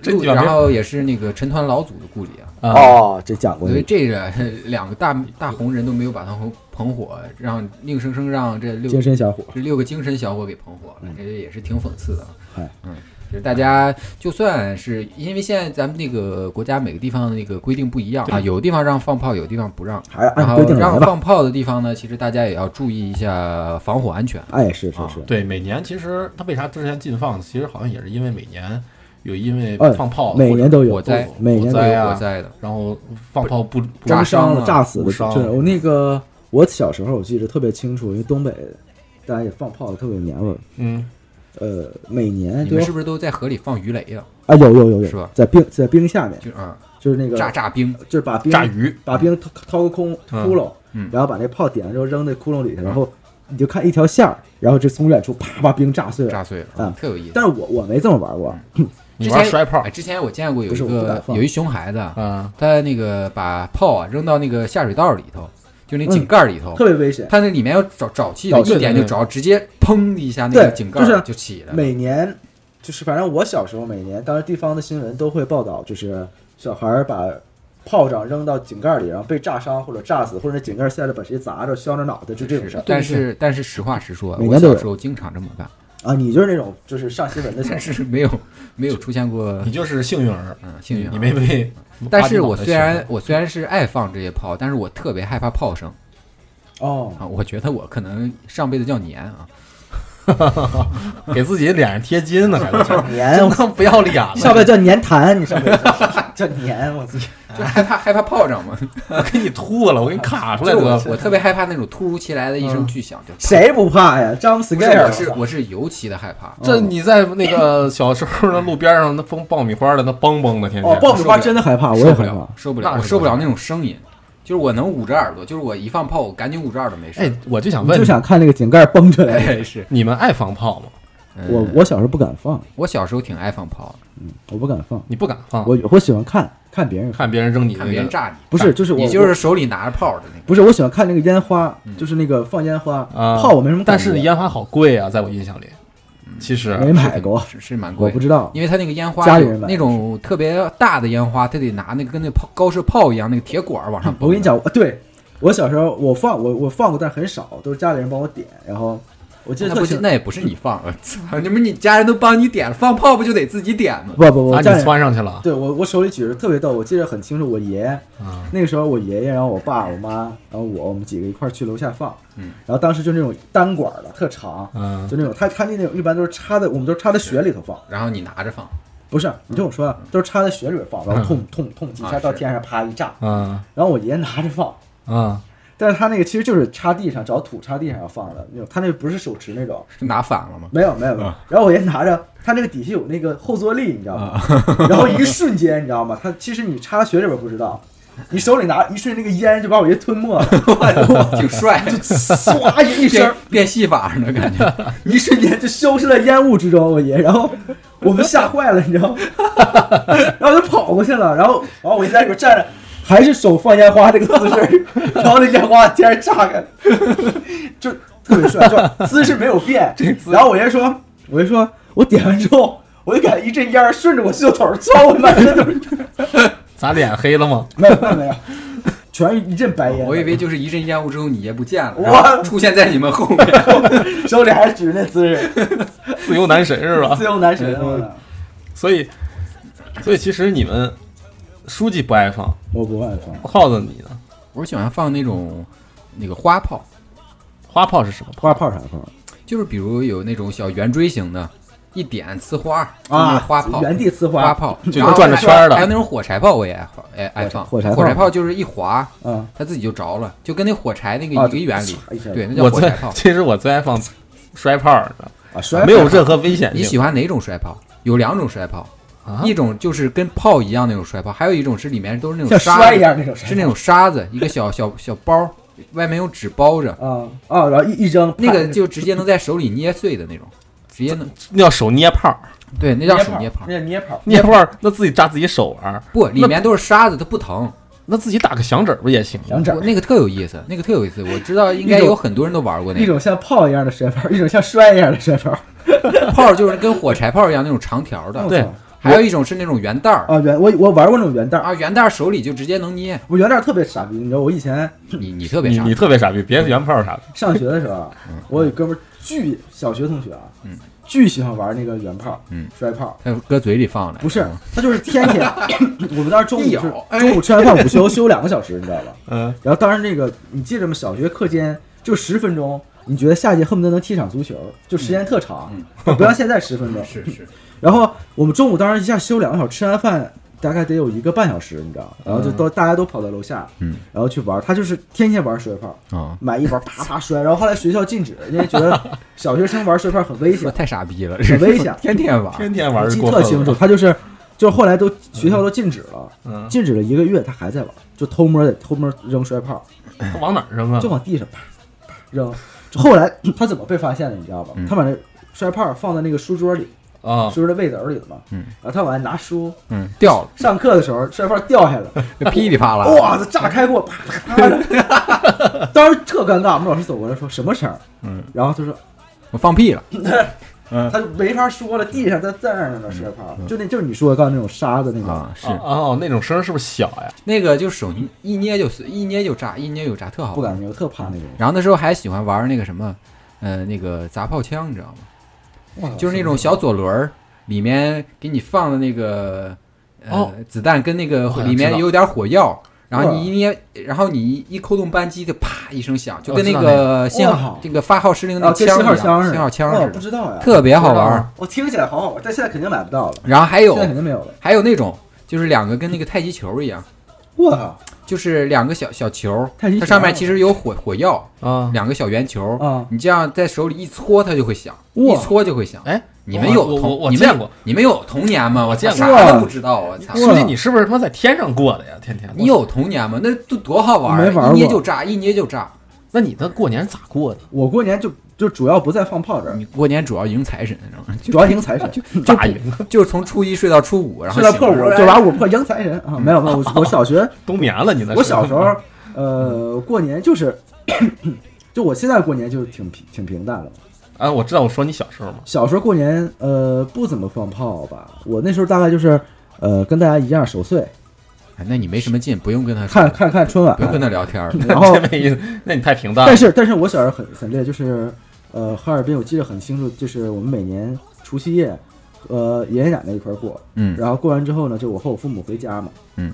Speaker 2: 这
Speaker 4: 陆
Speaker 2: 地方
Speaker 4: 然后也是那个陈团老祖的故里啊，
Speaker 2: 啊，
Speaker 3: 哦，这讲过
Speaker 4: 所以这个 两个大大红人都没有把他捧火，让硬生生让这六
Speaker 3: 精神小伙，
Speaker 4: 这六个精神小伙给捧火了，这也是挺讽刺的啊
Speaker 3: 嗯哎。
Speaker 4: 嗯，就是大家就算是因为现在咱们那个国家每个地方的那个规定不一样啊，有的地方让放炮，有的地方不让。
Speaker 3: 还是
Speaker 4: 然
Speaker 3: 按
Speaker 4: 后
Speaker 3: 规定来
Speaker 4: 让
Speaker 3: 吧。
Speaker 4: 放炮的地方呢，其实大家也要注意一下防火安全。
Speaker 3: 哎，是是
Speaker 4: 啊
Speaker 3: 是，
Speaker 2: 对，每年其实他为啥之前禁放？其实好像也是因为每年有因为
Speaker 3: 哎
Speaker 2: 放炮，
Speaker 3: 每年都有
Speaker 4: 火灾
Speaker 3: 每
Speaker 2: 火
Speaker 3: 年都
Speaker 2: 灾
Speaker 3: 有
Speaker 4: 火
Speaker 2: 啊，
Speaker 4: 灾的，
Speaker 2: 然后放炮不不
Speaker 4: 炸
Speaker 3: 工伤
Speaker 4: 伤啊
Speaker 3: 了、炸死的
Speaker 2: 误伤
Speaker 3: 就是我那个我小时候我记得特别清楚，因为东北大家也放炮特别黏味儿，
Speaker 2: 嗯，
Speaker 3: 呃，每年
Speaker 4: 你
Speaker 3: 都
Speaker 4: 们
Speaker 3: 有
Speaker 4: 是不是都在河里放鱼雷呀？
Speaker 3: 啊，有有有
Speaker 4: 是吧
Speaker 3: 有，在冰在冰下面，
Speaker 4: 就啊，
Speaker 3: 就是那个
Speaker 4: 炸炸冰，
Speaker 3: 就是把冰
Speaker 2: 炸鱼，
Speaker 3: 把冰掏掏个空
Speaker 2: 嗯
Speaker 3: 窟窿，
Speaker 4: 嗯
Speaker 3: 然后把那炮点了之后扔那窟窿里头，然后你就看一条线儿，然后就从远处啪把冰炸碎了。
Speaker 4: 炸嗯碎了，
Speaker 3: 嗯
Speaker 4: 特有意思。
Speaker 3: 但是我我没这么玩过，
Speaker 2: 你
Speaker 4: 之
Speaker 2: 玩
Speaker 4: 前
Speaker 2: 摔炮
Speaker 4: 哎之前我见过有
Speaker 3: 不
Speaker 4: 一
Speaker 3: 是我不敢
Speaker 4: 个
Speaker 3: 放
Speaker 4: 有一熊孩子啊，
Speaker 2: 啊？
Speaker 4: 他那个把炮啊扔到那个下水道里头，就那井盖里头，
Speaker 3: 嗯特别危险。
Speaker 4: 他那里面有沼沼气的，
Speaker 3: 沼气
Speaker 4: 一点就着，直接砰一下那个
Speaker 3: 对
Speaker 4: 井盖
Speaker 3: 就是
Speaker 4: 就起来了。
Speaker 3: 每年就是反正我小时候每年，当时地方的新闻都会报道，就是小孩儿把炮仗扔到井盖里，然后被炸伤或者炸死，或者那井盖下来把谁砸着削着脑袋，就这种事儿
Speaker 4: 但是但是实话实说，
Speaker 3: 每
Speaker 4: 我
Speaker 3: 年都有
Speaker 4: 小时候经常这么干，
Speaker 3: 啊。你就是那种就是上新闻的小
Speaker 4: 但
Speaker 3: 孩儿，
Speaker 4: 是没有没有出现过
Speaker 2: 你就是幸运儿，
Speaker 4: 嗯幸运啊
Speaker 2: 你没 被。
Speaker 4: 但是我虽
Speaker 2: 八
Speaker 4: 然我虽然是爱放这些炮，但是我特别害怕炮声
Speaker 3: 哦，
Speaker 4: 啊！我觉得我可能上辈子叫年啊，
Speaker 2: 斤脑袋血给自己脸上贴金呢，还不行
Speaker 3: 年
Speaker 2: 相当不要脸
Speaker 3: 上
Speaker 2: 了。
Speaker 3: 边叫年痰，你上边 叫年，我操！
Speaker 4: 就
Speaker 2: 啊
Speaker 4: 害怕害怕炮仗嘛。
Speaker 2: 我给你吐了，我给你卡出
Speaker 4: 就
Speaker 2: 来
Speaker 4: 是
Speaker 2: 得
Speaker 4: 我
Speaker 2: 了。
Speaker 4: 我特别害怕那种突如其来的一声巨响，就
Speaker 3: 嗯谁不怕呀？Jump
Speaker 4: 不是我
Speaker 3: scare
Speaker 4: 是我是尤其的害
Speaker 3: 啊
Speaker 4: 怕。
Speaker 2: 这你在那个小时候的路边上，那放爆米花的，那梆梆的，天
Speaker 3: 哦
Speaker 2: 天，。
Speaker 3: 爆米花真的害怕，我也
Speaker 4: 受不
Speaker 3: 害怕
Speaker 4: 了，。受不
Speaker 2: 那
Speaker 4: 了，我
Speaker 2: 是
Speaker 4: 受不
Speaker 2: 不
Speaker 4: 了
Speaker 2: 是
Speaker 4: 那种声音。就是我能捂着耳朵，就是我一放炮，我赶紧捂着耳朵没事。
Speaker 2: 哎，我就想
Speaker 3: 你
Speaker 2: 问
Speaker 3: 就，想看那个井盖崩出来。
Speaker 4: 哎，是
Speaker 2: 你们爱放炮吗？
Speaker 4: 嗯
Speaker 3: 我我小时候不敢放，
Speaker 4: 我小时候挺爱放炮，
Speaker 3: 我不敢放，
Speaker 2: 你不敢放，
Speaker 3: 我我喜欢看看别人放，
Speaker 2: 看别人扔你那
Speaker 4: 看别人
Speaker 2: 个
Speaker 4: 炸你，
Speaker 3: 不是就是我
Speaker 4: 你就是手里拿着炮的那个。
Speaker 3: 不是我喜欢看那个烟花，就是那个放烟花
Speaker 2: 啊，
Speaker 3: 炮，我没什么感
Speaker 2: 但
Speaker 3: 觉，嗯
Speaker 2: 是烟花好贵啊，在我印象里，其实
Speaker 3: 没买过，
Speaker 4: 是是蛮贵
Speaker 3: 我
Speaker 4: 的，
Speaker 3: 不知道。
Speaker 4: 因为它那个烟花
Speaker 3: 家里
Speaker 4: 有
Speaker 3: 人买
Speaker 4: 那种特别大的烟花，它得拿那个跟那炮高射炮一样那个铁管儿往上。
Speaker 3: 我跟你，讲，我对我小时候我放我我放过，但是很少，都是家里人帮我点。然后我记得
Speaker 4: 那
Speaker 3: 特
Speaker 4: 不是
Speaker 3: 清，
Speaker 4: 那也不是你放， 我操！你们你家人都帮你点了，放炮不就得自己点吗？
Speaker 3: 不不
Speaker 2: 把
Speaker 3: 不，
Speaker 2: 啊你
Speaker 3: 家里
Speaker 2: 窜上去了
Speaker 3: 对我我手里举着特别逗，我记得很清楚，我爷
Speaker 2: 啊！
Speaker 3: 那个时候我爷爷，然后我爸、我妈，然后我，我们几个一块儿去楼下放。
Speaker 4: 嗯，
Speaker 3: 然后当时就那种单管儿的，特长，
Speaker 2: 嗯，
Speaker 3: 就那种，他他那种一般都是插在，我们都是插在雪里头放，
Speaker 4: 然后你拿着放，
Speaker 3: 不是，你听我说啊，都是插在雪里边放，然后痛痛痛几
Speaker 4: 啊
Speaker 3: 下到
Speaker 4: 是
Speaker 3: 天上啪一炸，
Speaker 2: 嗯
Speaker 3: 然后我爷爷拿着放，
Speaker 2: 嗯，
Speaker 3: 但是他那个其实就是插地上找土插地上要放的那种，他那不是手持那种，
Speaker 4: 是拿反了吗？
Speaker 3: 没有没有没有
Speaker 4: 啊，
Speaker 3: 然后我爷拿着，他那个底下有那个后坐力，你知道吗？ 然后一瞬间，你知道吗？他其实你插雪里边不知道，你手里拿一瞬，那个烟就把我爷吞没了，
Speaker 4: 挺帅，
Speaker 3: 唰一声
Speaker 4: 变， 变戏法儿呢，感觉。
Speaker 3: 一瞬间就消失在烟雾之中，我爷。然后我们吓坏了，你知道吗？然后就跑过去了，然后然后我爷在里边站着。还是手放烟花这个姿势，然后那烟花竟然炸开了，就特别帅，就姿势没 有变。然后我爷说，我爷说，我点完之后，我就感觉一阵烟儿顺着我袖口儿窜我满身都是，
Speaker 2: 咱脸黑了吗？
Speaker 3: 没有没有没有，全是一阵白烟。
Speaker 4: 我以为就是一阵烟雾之后你爷不见了，
Speaker 3: 我
Speaker 4: 然后出现在你们后面。
Speaker 3: 手里还是举着那姿势，
Speaker 2: 自由男神是吧
Speaker 3: 自？由男
Speaker 4: 啊
Speaker 3: 神。我操
Speaker 2: 所以，所以其实你们书记不爱放，
Speaker 3: 我不爱放
Speaker 2: 耗子你呢？
Speaker 4: 我喜欢放那种那个花炮，
Speaker 2: 花炮是什么炮？
Speaker 3: 花炮啥炮
Speaker 4: 就是比如有那种小圆锥形的，一点呲花儿就是
Speaker 3: 啊？
Speaker 4: 花炮。
Speaker 3: 原地呲
Speaker 4: 花
Speaker 3: 花
Speaker 4: 炮，
Speaker 2: 就
Speaker 4: 然后
Speaker 2: 能转着圈儿的
Speaker 4: 还有那种火柴炮，我也爱放，哎爱放。
Speaker 3: 火柴火柴炮
Speaker 4: 火柴炮就是一划，
Speaker 3: 啊！
Speaker 4: 它自己就着了，就跟那火柴那个
Speaker 3: 啊
Speaker 4: 一个原理。
Speaker 3: 唰一下
Speaker 4: 对，那
Speaker 2: 我
Speaker 4: 叫火
Speaker 2: 最
Speaker 4: 柴炮。
Speaker 2: 其实我最爱放摔炮的，
Speaker 3: 啊，摔
Speaker 2: 没有任何危险
Speaker 4: 你
Speaker 2: 性
Speaker 4: 喜欢哪种摔炮？有两种摔炮，
Speaker 2: 啊！
Speaker 4: 一种就是跟炮一样那种摔炮，还有一种是里面都是那种
Speaker 3: 像
Speaker 4: 沙
Speaker 3: 摔一
Speaker 4: 子，
Speaker 3: 样那种摔，
Speaker 4: 是那种沙子，一个小小小包儿，外面用纸包着，
Speaker 3: 啊啊，然后一一扔，啪
Speaker 4: 那个就直接能在手里捏碎的那种，直接能
Speaker 2: 那叫手捏炮，
Speaker 4: 对，那叫手捏炮嗯
Speaker 3: 那。叫捏炮
Speaker 2: 捏炮那自己扎自己手玩儿，
Speaker 4: 不，里面都是沙子，它不疼。
Speaker 2: 那自己打个响指儿不也行吗？
Speaker 3: 响指儿
Speaker 4: 我那个特有意思，那个特有意思。我知道应该
Speaker 3: 一种
Speaker 4: 有很多人都玩过那个
Speaker 3: 一种像炮一样的摔炮，一种像摔一样的摔炮。
Speaker 4: 炮，就是跟火柴炮一样那种长条的，
Speaker 2: 对
Speaker 3: 我操
Speaker 4: 还有一种是那种圆袋儿
Speaker 3: 啊，原我我玩过那种圆袋儿，
Speaker 4: 啊，圆袋儿手里就直接能捏。
Speaker 3: 我圆袋儿特别傻逼，你知道我以前
Speaker 4: 你你特别
Speaker 2: 你
Speaker 4: 傻，
Speaker 2: 你特别傻逼，别原炮傻逼。
Speaker 3: 上学的时候，啊我有哥们儿巨小学同学啊，
Speaker 4: 嗯
Speaker 3: 巨喜欢玩那个圆炮，
Speaker 4: 嗯
Speaker 3: 摔炮。
Speaker 4: 他搁嘴里放来。
Speaker 3: 不是，他就是天天。 我们当时中午
Speaker 4: 一
Speaker 3: 是
Speaker 4: 咬哎
Speaker 3: 中午吃完饭午休休两个小时，你知道吧？
Speaker 2: 嗯，
Speaker 3: 然后当时那个你记着吗？小学课间就十分钟，你觉得下去恨不得能踢场足球，就时间特长，
Speaker 2: 嗯
Speaker 3: 不像现在十分钟。
Speaker 4: 是是，
Speaker 3: 然后我们中午当时一下休两个小时，吃完饭大概得有一个半小时，你知道吗？然后就都、大家都跑到楼下，
Speaker 4: 嗯，
Speaker 3: 然后去玩。他就是天天玩摔炮，
Speaker 4: 啊，
Speaker 3: 买一玩啪啪摔。然后后来学校禁止，因为觉得小学生玩摔炮很危
Speaker 4: 说
Speaker 3: 险。
Speaker 4: 太傻逼了，
Speaker 3: 很危险
Speaker 4: 天天玩。
Speaker 2: 天天
Speaker 3: 我
Speaker 2: 玩是
Speaker 3: 记得
Speaker 2: 过
Speaker 3: 特
Speaker 2: 分了
Speaker 3: 清楚，。他就是就是后来都学校都禁止了，
Speaker 2: 嗯，
Speaker 3: 禁止了一个月，他还在玩，就偷摸的偷摸扔摔炮，
Speaker 2: 他往哪儿扔啊
Speaker 3: 就？往地上啪啪扔。后来他怎么被发现的，你知道吗？
Speaker 4: 嗯哦
Speaker 3: 他把那摔炮放在那个书桌里，
Speaker 2: 啊，
Speaker 3: 书桌的位子里了嘛。
Speaker 4: 嗯
Speaker 3: 然后他往外拿书，
Speaker 4: 嗯，掉了，
Speaker 3: 上课的时候摔炮掉下来了，
Speaker 4: 就噼里啪啦。
Speaker 3: 哇，这炸开给我啪啪啪的， 当时特尴尬。我们老师走过来说什么声儿？
Speaker 4: 嗯，
Speaker 3: 然后他说
Speaker 4: 我放屁了。嗯
Speaker 3: 他就没法说了，地上在在那儿呢摔炮，就那就是你说的刚才那种沙的那种，
Speaker 4: 啊，是
Speaker 2: 哦哦，那种声儿是不是小呀？
Speaker 4: 那个就手一捏就碎一捏就炸，一捏就炸，特好
Speaker 3: 不
Speaker 4: 玩。
Speaker 3: 敢捏，我特怕那种。
Speaker 4: 然后那时候还喜欢玩那个什么，呃，那个砸炮枪，你知道吗？
Speaker 3: 哇
Speaker 4: 就是那种小左轮儿，里面给你放的那个呃、
Speaker 2: 哦
Speaker 4: 子弹跟那个
Speaker 2: 好像
Speaker 4: 里
Speaker 2: 知
Speaker 4: 面
Speaker 2: 道
Speaker 4: 有点火药，然后你一捏，然后你一扣动扳机，就啪一声响，就跟那
Speaker 2: 我知道
Speaker 4: 个信号
Speaker 3: 哇
Speaker 4: 这个发号施令那
Speaker 3: 啊，
Speaker 4: 个
Speaker 3: 跟
Speaker 4: 枪一
Speaker 3: 信号
Speaker 4: 样，
Speaker 3: 枪似的，
Speaker 4: 信号枪
Speaker 3: 哇我
Speaker 4: 似
Speaker 3: 不
Speaker 4: 的，
Speaker 3: 知道呀，
Speaker 4: 特别好玩
Speaker 2: 知道
Speaker 4: 儿
Speaker 2: 吗。
Speaker 3: 我听起来好好玩，但现在肯定买不到了，
Speaker 4: 然后还有
Speaker 3: 现在肯定没有了。
Speaker 4: 还有那种就是两个跟那个太极球一样，
Speaker 3: 我靠
Speaker 4: 就是两个小小球，
Speaker 3: 太极
Speaker 4: 它
Speaker 3: 球嗯
Speaker 4: 上面其实有火火药，
Speaker 2: 啊，
Speaker 4: 两个小圆球，
Speaker 3: 啊！
Speaker 4: 你这样在手里一搓它就会响，
Speaker 3: 哇
Speaker 4: 一搓就会响。
Speaker 2: 哎，
Speaker 4: 你们有
Speaker 2: 我
Speaker 4: 童
Speaker 2: 我我
Speaker 4: 你们
Speaker 2: 见过，
Speaker 4: 你们有童年吗？我
Speaker 2: 见过
Speaker 4: 啥都不知道，我操！
Speaker 3: 哇
Speaker 2: 书记，你是不是他妈在天上过的呀？天天
Speaker 4: 你？有童年吗？那都多好玩儿，
Speaker 3: 没玩
Speaker 4: 一
Speaker 3: 过
Speaker 4: 捏就炸，一捏就炸。
Speaker 2: 那你那过年咋 过的？
Speaker 3: 我过年就就主要不在放炮这儿，
Speaker 4: 你过年主要迎财神，知道吗？
Speaker 3: 主要迎财神，
Speaker 2: 咋啊赢？
Speaker 4: 就是从初一睡到初五，然后
Speaker 3: 睡到破五
Speaker 4: 醒了
Speaker 3: 就玩五破迎财神啊！没有没有，我我小学
Speaker 2: 冬眠了你那是？
Speaker 3: 我小时候，呃，过年就是， 就我现在过年就是挺平挺平淡的嘛。
Speaker 2: 啊，我知道，我说你小时候嘛，
Speaker 3: 小时候过年，呃，不怎么放炮吧。我那时候大概就是，呃，跟大家一样守岁，
Speaker 4: 哎那你没什么劲，不用跟他
Speaker 3: 看看看春晚啊
Speaker 4: 不，用跟他聊天儿。
Speaker 3: 然后
Speaker 2: 这没意思，那你太平淡了
Speaker 3: 哦但。是但是我小时候很很累，就是呃哈尔滨，我记得很清楚，就是我们每年除夕夜，呃爷爷奶奶一块儿过，
Speaker 4: 嗯
Speaker 3: 然后过完之后呢，就我和我父母回家嘛，
Speaker 4: 嗯，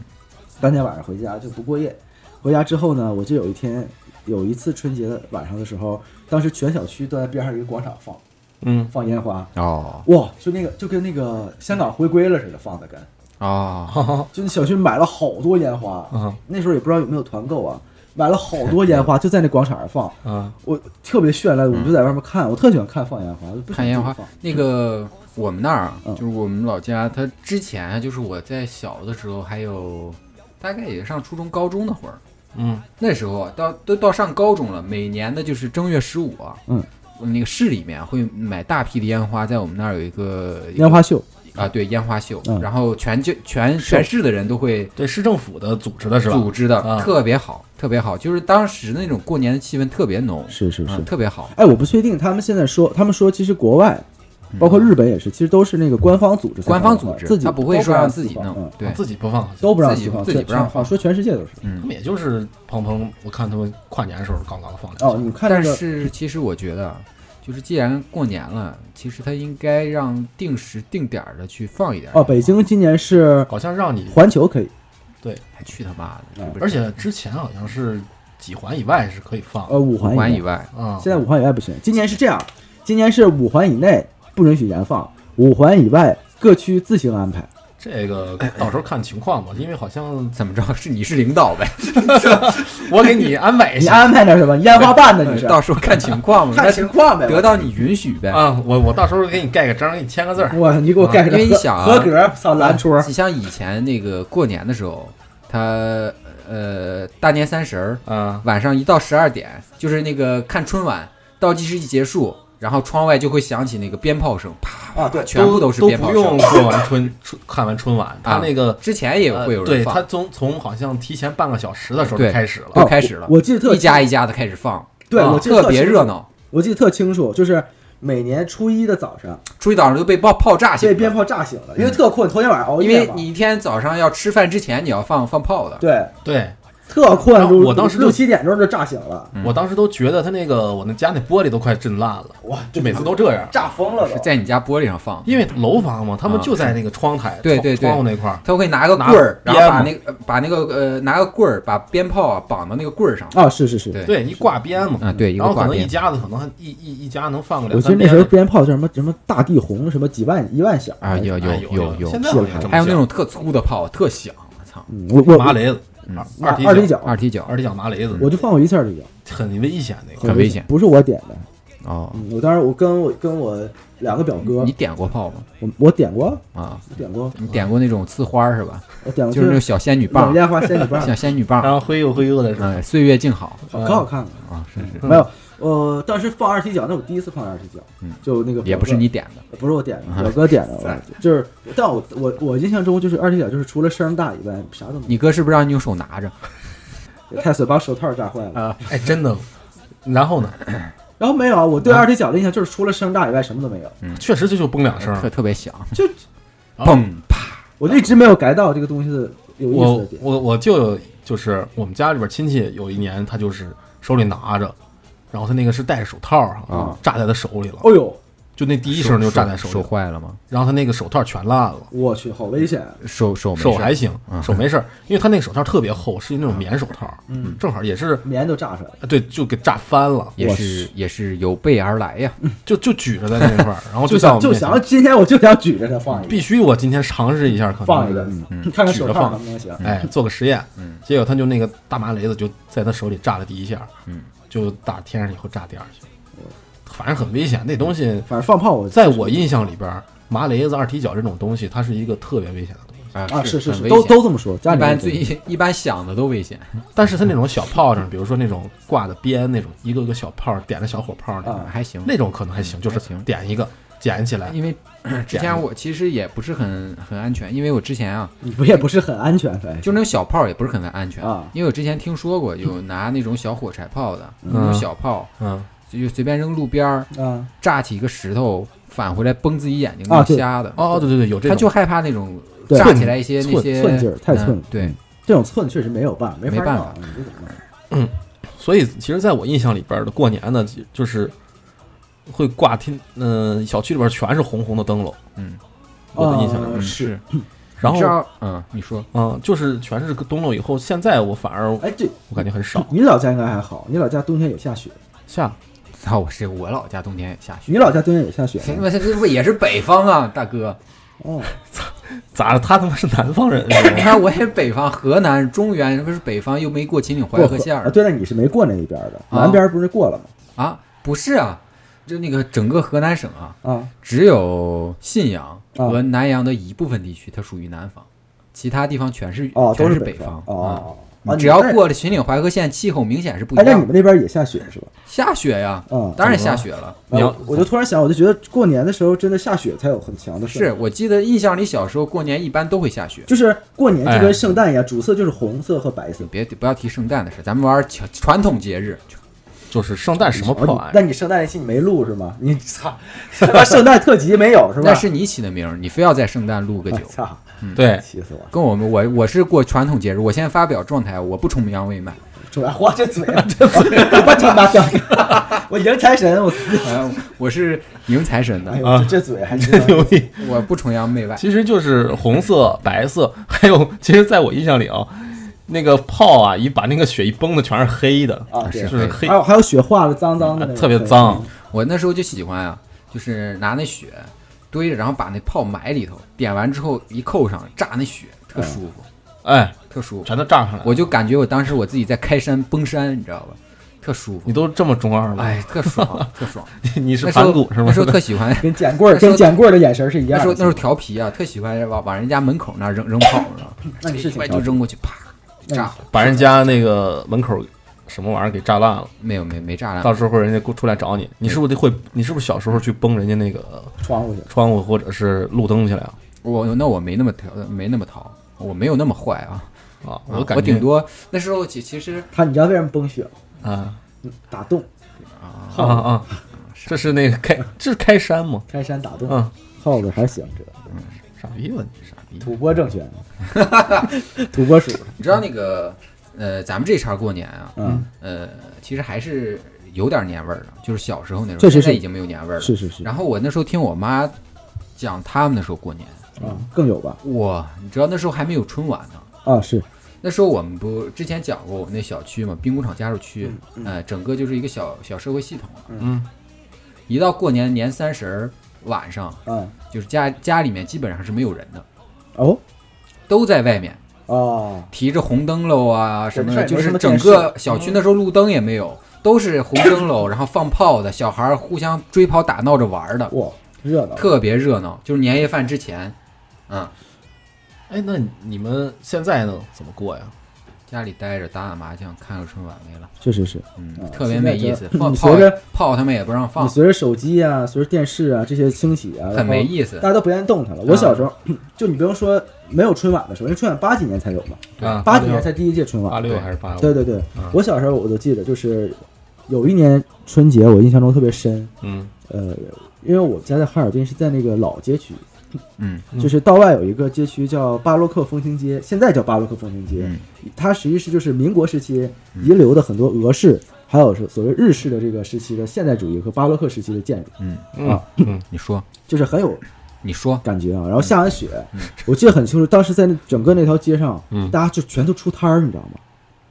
Speaker 3: 当天晚上回家就不过夜，回家之后呢，我就有一天有一次春节的晚上的时候，当时全小区都在边上一个广场放
Speaker 2: 嗯，
Speaker 3: 放烟花。
Speaker 4: 哦
Speaker 3: 哇，就那个就跟那个香港回归了似的，放的跟，
Speaker 4: 哦，
Speaker 3: 就那小区买了好多烟花，
Speaker 2: 嗯
Speaker 3: 那时候也不知道有没有团购啊，买了好多 烟花，就在那广场上放，
Speaker 2: 嗯，
Speaker 3: 我特别绚烂，我们就在外面看，我特喜欢看放烟花，我就不喜欢
Speaker 4: 看烟花
Speaker 3: 自己放。
Speaker 4: 那个我们那儿啊
Speaker 3: 嗯
Speaker 4: 就是我们老家，它之前啊就是我在小的时候，还有大概也上初中、高中那会儿，
Speaker 2: 嗯，
Speaker 4: 那时候啊到都到上高中了，每年的就是正月十五啊，
Speaker 3: 嗯，
Speaker 4: 那个市里面会买大批的烟花，在我们那儿有一个
Speaker 3: 烟花秀，
Speaker 4: 一个啊，对烟花秀，
Speaker 3: 嗯
Speaker 4: 然后全就全全市的人都会
Speaker 2: 对，市政府的组织的是吧？
Speaker 4: 组织的，
Speaker 3: 嗯
Speaker 2: 啊
Speaker 4: 特别好，特别好，就是当时那种过年的气氛特别浓，
Speaker 3: 是是
Speaker 4: 嗯，特别好，
Speaker 3: 哎，我不确定他们现在说，他们说其实国外，包括日本也是，其实都是那个官方组织才
Speaker 4: 嗯官
Speaker 3: 放的，
Speaker 4: 方组织，
Speaker 3: 自己
Speaker 4: 他不会
Speaker 3: 都
Speaker 4: 说
Speaker 3: 让
Speaker 4: 让自己
Speaker 3: 放
Speaker 4: 弄
Speaker 3: 嗯，
Speaker 4: 对，
Speaker 2: 啊
Speaker 4: 嗯
Speaker 2: 自己不放，
Speaker 3: 都不让
Speaker 4: 自己
Speaker 3: 放，
Speaker 4: 自己
Speaker 3: 全
Speaker 4: 不让
Speaker 3: 全放，说全世界都是。
Speaker 2: 他们也就是砰砰，我看他们跨年的时候刚刚放的。
Speaker 3: 哦，，你看那
Speaker 4: 但
Speaker 3: 个
Speaker 4: 是其实我觉得，啊就是既然过年了，其实他应该让定时定点的去放一点。
Speaker 3: 哦，北京今年是
Speaker 2: 好像让你，
Speaker 3: 环球可以，
Speaker 4: 还去他妈的！
Speaker 3: 嗯
Speaker 4: 是不是
Speaker 2: 而且之前好像是几环以外是可以放
Speaker 3: 呃，五环
Speaker 4: 五环以
Speaker 3: 外，
Speaker 4: 外，
Speaker 2: 啊。
Speaker 3: 现在五环以外不行。今年是这样，今年是五环以内不允许燃放，五环以外各区自行安排。
Speaker 2: 这个
Speaker 4: 哎
Speaker 2: 到时候看情况
Speaker 4: 嗯
Speaker 2: 吧，因为好像
Speaker 4: 怎么着是你是领导呗？
Speaker 2: 我给你安排一
Speaker 3: 你
Speaker 2: 下
Speaker 3: 安排点什么？烟花办的你是？
Speaker 4: 哎 到时候看情况嘛，
Speaker 3: 看情况呗。
Speaker 4: 那得到你允许呗。
Speaker 2: 啊，我我到时候给你盖个章，给你签个字儿。
Speaker 4: 嗯
Speaker 3: 我你给我盖上
Speaker 4: 因为你想啊
Speaker 3: 合格，操蓝戳
Speaker 4: 你像以前那个过年的时候，他呃大年三十儿
Speaker 2: 啊，
Speaker 4: 晚上一到十二点，就是那个看春晚，倒计时一结束，然后窗外就会响起那个鞭炮声，啪，
Speaker 3: 啊，对，
Speaker 4: 全部
Speaker 2: 都
Speaker 4: 是鞭炮
Speaker 2: 不
Speaker 4: 声
Speaker 2: 用。过完春春看完春晚，他那个
Speaker 4: 之前也会有人
Speaker 2: 呃对
Speaker 4: 放，
Speaker 2: 他从从好像提前半个小时的时候就
Speaker 4: 对
Speaker 2: 开始了，
Speaker 4: 都开始了
Speaker 3: 哦我我记得特
Speaker 4: 一家一家的开始放，
Speaker 3: 对
Speaker 4: 啊
Speaker 3: 我记得
Speaker 4: 特别热闹。
Speaker 3: 我记得特清楚，就是每年初一的早上
Speaker 4: 初一早上就被爆炮炸醒
Speaker 3: 被
Speaker 4: 了，
Speaker 3: 鞭炮炸醒了，因为特困，头天晚上熬
Speaker 4: 嗯因
Speaker 3: 夜
Speaker 4: 为
Speaker 3: 嘛。
Speaker 4: 你一天早上要吃饭之前你要放放炮的，
Speaker 3: 对
Speaker 2: 对
Speaker 3: 特困
Speaker 4: 啊
Speaker 2: 然，后
Speaker 3: 就
Speaker 2: 我当时就
Speaker 3: 六七点钟就炸醒了，
Speaker 4: 嗯
Speaker 2: 我当时都觉得他那个我那家那玻璃都快震烂了，
Speaker 3: 哇，
Speaker 2: 就每次都这样，
Speaker 3: 炸疯了都
Speaker 4: 是。在你家玻璃上放，
Speaker 2: 因为楼房嘛，他们
Speaker 4: 啊
Speaker 2: 就在那个窗台、
Speaker 4: 对
Speaker 2: 窗
Speaker 4: 对对
Speaker 2: 窗户那块儿，
Speaker 4: 他会拿个
Speaker 2: 拿
Speaker 4: 棍儿，然后
Speaker 2: 鞭
Speaker 4: 把
Speaker 2: 嘛
Speaker 4: 那个把那个呃拿个棍儿把鞭炮啊绑到那个棍儿上，
Speaker 3: 啊，是是是，
Speaker 4: 对
Speaker 2: 对，一挂鞭嘛，
Speaker 4: 啊对一个
Speaker 2: 然后可
Speaker 4: 挂
Speaker 2: 能一
Speaker 4: 鞭
Speaker 2: 家子可能还一一一家能放个
Speaker 3: 我
Speaker 2: 两
Speaker 3: 记得
Speaker 2: 三
Speaker 3: 那
Speaker 2: 鞭
Speaker 3: 时候鞭炮叫什么什么大地红，什么几万一万响
Speaker 4: 啊有
Speaker 2: 哎
Speaker 4: 有有有
Speaker 2: 现在好像也这么
Speaker 4: 还有那
Speaker 2: 叫
Speaker 4: 种特粗的炮，特响，我操，
Speaker 3: 嗯，我我
Speaker 2: 麻雷子
Speaker 4: 嗯，
Speaker 2: 二
Speaker 3: 二
Speaker 2: 踢
Speaker 3: 踢
Speaker 2: 脚，
Speaker 3: 脚，
Speaker 4: 二踢脚
Speaker 2: 二踢脚麻雷子，
Speaker 3: 我就放过一次二踢脚，
Speaker 2: 很危险那个。
Speaker 4: 很危险
Speaker 3: 不是我点的，
Speaker 4: 哦，
Speaker 3: 嗯，我当时我跟我跟我两个表
Speaker 2: 嗯
Speaker 3: 哥
Speaker 4: 你，点过炮吗？
Speaker 3: 我我点过，
Speaker 4: 啊，
Speaker 3: 我点过，
Speaker 4: 你点过那种呲花儿是吧？
Speaker 3: 我
Speaker 2: 嗯
Speaker 3: 点过，
Speaker 4: 就是那种小仙女
Speaker 3: 冷
Speaker 4: 棒，
Speaker 3: 家花仙女棒，
Speaker 4: 像 仙女棒，
Speaker 2: 然后忽悠忽悠的是吧，
Speaker 4: 啊嗯，岁月静好
Speaker 3: 可好看了。
Speaker 4: 啊，是是，
Speaker 3: 没有，呃，当时放二踢脚，那我第一次放二踢脚，
Speaker 4: 嗯
Speaker 3: 就那个
Speaker 4: 也
Speaker 3: 表
Speaker 4: 不是
Speaker 3: 哥
Speaker 4: 你，点的，
Speaker 3: 不是我点
Speaker 4: 啊
Speaker 3: 的，表哥点的，我就是，但我我我印象中就是二踢脚，就是除了声儿大以外，啥都没
Speaker 4: 你哥是不是让你用手拿着？
Speaker 3: 有。太岁把手套炸坏了，
Speaker 2: 啊，哎，真的。然后呢，
Speaker 3: 然后没有，啊我对二踢脚的印象就是除了声大以外什么都没有，
Speaker 2: 确实这就嘣两声，
Speaker 3: 嗯
Speaker 4: 特特别响，
Speaker 3: 就哦
Speaker 4: 砰啪，
Speaker 3: 我就一直没有 get 到这个东西的有意思
Speaker 2: 我
Speaker 3: 的点。
Speaker 2: 我我就有就是我们家里边亲戚有一年他就是手里拿着，然后他那个是戴着手套啊
Speaker 3: 啊，
Speaker 2: 炸在他手里了，
Speaker 3: 哦呦，
Speaker 2: 就那第一声就炸在
Speaker 4: 手
Speaker 2: 里了，
Speaker 4: 坏了吗？
Speaker 2: 然后他那个手套全烂了。
Speaker 3: 我去，好危险啊！
Speaker 4: 手手没
Speaker 2: 手
Speaker 4: 事
Speaker 2: 还行，
Speaker 4: 嗯
Speaker 2: 手没事儿，因为他那个手套特别厚，是那种棉手套，
Speaker 3: 嗯，
Speaker 2: 正好也是，
Speaker 3: 棉都炸出来了，
Speaker 2: 呃对，就给炸翻了，
Speaker 4: 也
Speaker 3: 我
Speaker 4: 是也是有备而来呀，
Speaker 2: 就就举着在那块儿，然后
Speaker 3: 就
Speaker 2: 在我们
Speaker 3: 想就
Speaker 2: 面前
Speaker 3: 想今天我就想举着它放一个，
Speaker 2: 必须我今天尝试一下，可能
Speaker 3: 放一个
Speaker 2: 是，
Speaker 3: 看看
Speaker 2: 举着
Speaker 3: 手套
Speaker 2: 放
Speaker 3: 能不能行。
Speaker 2: 哎，做个实验。
Speaker 4: 嗯
Speaker 2: 结果他就那个大麻雷子就在他手里炸了第一下，
Speaker 4: 嗯，
Speaker 2: 就打天上以后炸第二下，反正很危险。那东西
Speaker 3: 反正放炮我
Speaker 2: 在我印象里边儿，麻雷子、二踢脚这种东西，它是一个特别危险的东西。
Speaker 3: 啊
Speaker 4: 啊
Speaker 3: 是是
Speaker 4: 很
Speaker 3: 是，
Speaker 4: 危
Speaker 3: 都
Speaker 4: 险
Speaker 3: 都这么说，家
Speaker 4: 一
Speaker 3: 里人
Speaker 4: 般
Speaker 3: 都这么
Speaker 4: 最
Speaker 3: 说
Speaker 4: 一般响的都危险，
Speaker 2: 但是它那种小炮仗，比如说那种挂的鞭那种，一个个小炮儿点的小火炮儿那种，
Speaker 3: 啊
Speaker 4: 还行。
Speaker 2: 那种可能还行，就是
Speaker 4: 还行
Speaker 2: 点一个捡起来，
Speaker 4: 因为呃之前我其实也不是很很安全，因为我之前啊，
Speaker 3: 你不也不是很安全，反正
Speaker 4: 就那种小炮也不是很安全
Speaker 3: 啊
Speaker 4: 因为我之前听说过有拿那种小火柴炮的，
Speaker 3: 嗯
Speaker 4: 那种小炮
Speaker 2: 嗯，
Speaker 4: 就随便扔路边儿，
Speaker 3: 啊
Speaker 4: 炸起一个石头返回来崩自己眼睛
Speaker 3: 啊
Speaker 4: 弄
Speaker 3: 对
Speaker 4: 瞎的。
Speaker 2: 哦，对对对，有这
Speaker 4: 他
Speaker 2: 种，
Speaker 4: 就害怕那种
Speaker 3: 对
Speaker 4: 炸起来一些
Speaker 2: 寸
Speaker 4: 那些
Speaker 3: 寸劲儿太寸
Speaker 4: 嗯对，
Speaker 3: 这种寸确实没有办法，没
Speaker 4: 没
Speaker 3: 法
Speaker 4: 办
Speaker 3: 弄
Speaker 4: 法
Speaker 3: 你这怎么弄
Speaker 2: 所以其实在我印象里边儿的过年呢，就就是会挂天，嗯、小区里边儿全是红红的灯笼，
Speaker 4: 嗯，
Speaker 2: 我的印象里边儿。
Speaker 3: 呃
Speaker 4: 嗯
Speaker 3: 是。
Speaker 2: 然
Speaker 4: 你
Speaker 2: 后
Speaker 4: 知道嗯，你说
Speaker 2: 嗯，就是全是灯笼以后，现在我反而
Speaker 3: 哎，对，
Speaker 2: 我感觉很少
Speaker 3: 你老家应该还好，你老家冬天也下雪，
Speaker 2: 下。
Speaker 4: 啊，我是我老家冬天也下雪，
Speaker 3: 你老家冬天也下雪吗。
Speaker 4: 我这这不也是北方啊，大哥，
Speaker 3: 哦，
Speaker 2: 咋了？他他妈是南方人是
Speaker 4: 你
Speaker 2: 吗？
Speaker 4: 看我也是北方，河南中原不是北方，又没过秦岭淮
Speaker 3: 过
Speaker 4: 河线
Speaker 3: 啊，
Speaker 4: 儿
Speaker 3: 对，那你是没过那一边的，
Speaker 4: 啊
Speaker 3: 南边不是过了吗？
Speaker 4: 啊，不是啊，就那个整个河南省啊，
Speaker 3: 啊，
Speaker 4: 只有信阳和南阳的一部分地区它属于南方，其他地方全是
Speaker 3: 哦，都
Speaker 4: 全是
Speaker 3: 北
Speaker 4: 方啊。
Speaker 3: 哦，
Speaker 4: 你
Speaker 3: 啊
Speaker 4: 只要
Speaker 3: 你们
Speaker 4: 过了秦岭淮河线，气候明显是不一
Speaker 3: 那哎，那
Speaker 4: 样
Speaker 3: 你
Speaker 4: 的。
Speaker 3: 们那边也下雪是吧？
Speaker 4: 下雪呀，
Speaker 3: 嗯
Speaker 4: 当然下雪了。
Speaker 2: 你要
Speaker 3: 啊我就突然想，我就觉得过年的时候真的下雪才有很强的氛围
Speaker 4: 是，我记得印象里小时候过年一般都会下雪。
Speaker 3: 就是过年就
Speaker 2: 哎
Speaker 3: 跟圣诞一样，主色就是红色和白色
Speaker 4: 你。别不要提圣诞的事，咱们玩传传统节日，
Speaker 2: 就是圣诞什么破
Speaker 3: 哦
Speaker 2: 玩，意
Speaker 3: 那
Speaker 2: 儿？
Speaker 3: 你圣诞那期你没录是吗？你 操，他妈圣诞特辑没有是吧？哎
Speaker 4: 那是你起的名儿，你非要在圣诞录个
Speaker 3: 我
Speaker 4: 酒，
Speaker 3: 操，
Speaker 4: 嗯
Speaker 2: 对，
Speaker 3: 气死我！了！
Speaker 4: 跟我们我我是过传统节日，我先发表状态，我不崇洋媚外，
Speaker 3: 出来，我这嘴啊，这嘴， 我他妈的，我迎财神，我操！
Speaker 4: 呃 我是迎财神的，
Speaker 3: 哎呦，这这嘴还真的
Speaker 2: 牛逼！
Speaker 4: 我不崇洋媚外。
Speaker 2: 其实就是红色、白色，还有，其实在我印象里啊，那个炮啊，一把那个雪一崩的全是黑的，
Speaker 3: 啊，
Speaker 2: 就
Speaker 3: 对，
Speaker 2: 是黑
Speaker 3: 还，有还有雪化了脏脏的那种，
Speaker 2: 特别脏。
Speaker 4: 我那时候就喜欢啊，就是拿那雪堆着，然后把那炮埋里头，点完之后一扣上，炸那雪，特舒服，
Speaker 2: 哎，
Speaker 4: 特舒服。
Speaker 2: 全都炸上来了。
Speaker 4: 我就感觉我当时我自己在开山崩山，你知道吧？特舒服
Speaker 2: 你，都这么中二了？
Speaker 4: 哎，特爽，特爽。
Speaker 2: 你是
Speaker 4: 那时
Speaker 2: 反
Speaker 4: 候
Speaker 2: 骨是吗
Speaker 4: 那时？候特喜 欢，
Speaker 3: 跟捡棍儿
Speaker 4: 那时候
Speaker 3: 跟捡棍儿的眼神是一
Speaker 4: 那
Speaker 3: 样的。
Speaker 4: 时候那时候调皮啊，特喜欢往往人家门口那儿 扔扔炮，你知道吗？
Speaker 3: 那你是挺
Speaker 4: 就扔过去，啪，
Speaker 3: 那你
Speaker 4: 炸了。
Speaker 2: 把人家那个门口什么玩意儿给炸烂了，
Speaker 4: 没有没有没炸烂，
Speaker 2: 到时候人家出来找你，你是不是得会？你是不是小时候去崩人家那个
Speaker 3: 窗户去。
Speaker 2: 窗户或者是路灯去了呀？
Speaker 4: 我那我没那么淘，没那么淘，我没有那么坏啊。
Speaker 2: 啊，
Speaker 4: 啊
Speaker 2: 感
Speaker 4: 我
Speaker 2: 觉
Speaker 4: 顶多那时候其其实
Speaker 3: 他你知道为什么崩雪吗？嗯
Speaker 2: 啊
Speaker 3: 打洞，
Speaker 4: 啊，
Speaker 2: 啊啊！这是那个开，这是开山吗？
Speaker 3: 开山打洞。
Speaker 2: 嗯，
Speaker 3: 耗子还行，这个
Speaker 2: 傻逼吧你！
Speaker 4: 傻逼！
Speaker 3: 土拨政权，土拨鼠，
Speaker 4: 你知道那个呃，咱们这茬过年啊，
Speaker 3: 嗯，
Speaker 4: 呃，其实还是有点年味儿的，就是小时候那种，
Speaker 3: 确实
Speaker 4: 现在
Speaker 3: 是
Speaker 4: 已经没有年味儿了。
Speaker 3: 是是是，
Speaker 4: 然后我那时候听我妈讲他们那时候过年，
Speaker 3: 啊，更有吧？
Speaker 4: 哇，你知道那时候还没有春晚呢。
Speaker 3: 啊，是
Speaker 4: 那时候我们不之前讲过我们那小区嘛，兵工厂家属区，
Speaker 3: 嗯
Speaker 4: 呃，整个就是一个小小社会系统了。
Speaker 2: 嗯，
Speaker 4: 一到过年年三十儿晚上，
Speaker 3: 嗯，
Speaker 4: 就是家家里面基本上是没有人的，
Speaker 3: 哦，
Speaker 4: 都在外面
Speaker 3: 哦，
Speaker 4: 提着红灯笼啊什么
Speaker 3: 这事
Speaker 4: 的，
Speaker 3: 儿
Speaker 4: 就
Speaker 3: 没什
Speaker 4: 是
Speaker 3: 么
Speaker 4: 整
Speaker 3: 电视嗯
Speaker 4: 个小区那时候路灯也没有，都是红灯笼，然后放炮的，小孩儿互相追跑打闹着玩儿的，
Speaker 3: 哇，热闹，
Speaker 4: 特别热闹。就是年夜饭之前，嗯，
Speaker 2: 哎，那你们现在呢？怎么过呀？
Speaker 4: 家里待着打打麻将，看个春晚没了，
Speaker 3: 确实是啊
Speaker 4: 嗯，特别没意思。
Speaker 3: 现在这
Speaker 4: 放
Speaker 3: 你
Speaker 4: 炮
Speaker 3: 随着
Speaker 4: 炮他们也不让
Speaker 3: 你
Speaker 4: 放，
Speaker 3: 随着手机啊，随着电视啊这些兴起啊，
Speaker 4: 很没
Speaker 3: 思。
Speaker 4: 意思
Speaker 3: 大。家都不愿意动它了。我小时候，嗯就你不用说，没有春晚的时候，因为春晚八几年才有嘛，
Speaker 2: 啊
Speaker 3: 八几年才第一届春晚
Speaker 2: 八。六还是八五？
Speaker 3: 对对对
Speaker 2: 嗯，
Speaker 3: 我小时候我都记得，就是有一年春节，我印象中特别深。
Speaker 2: 嗯
Speaker 3: 呃，因为我家在哈尔滨是在那个老街区，
Speaker 4: 嗯
Speaker 2: 嗯
Speaker 3: 就是道外有一个街区叫巴洛克风情街，现在叫巴洛克风情街。
Speaker 4: 嗯
Speaker 3: 它实际是就是民国时期遗留的很多俄式，还有是所谓日式的这个时期的现代主义和巴洛克时期的建筑，
Speaker 4: 嗯，
Speaker 3: 啊
Speaker 2: 嗯嗯
Speaker 4: 你说，
Speaker 3: 就是很有
Speaker 4: 你说，
Speaker 3: 感觉啊。然后下完雪，
Speaker 4: 嗯
Speaker 3: 我记得很清楚，当时在那整个那条街上，
Speaker 2: 嗯
Speaker 3: 大家就全都出摊儿，你知道吗？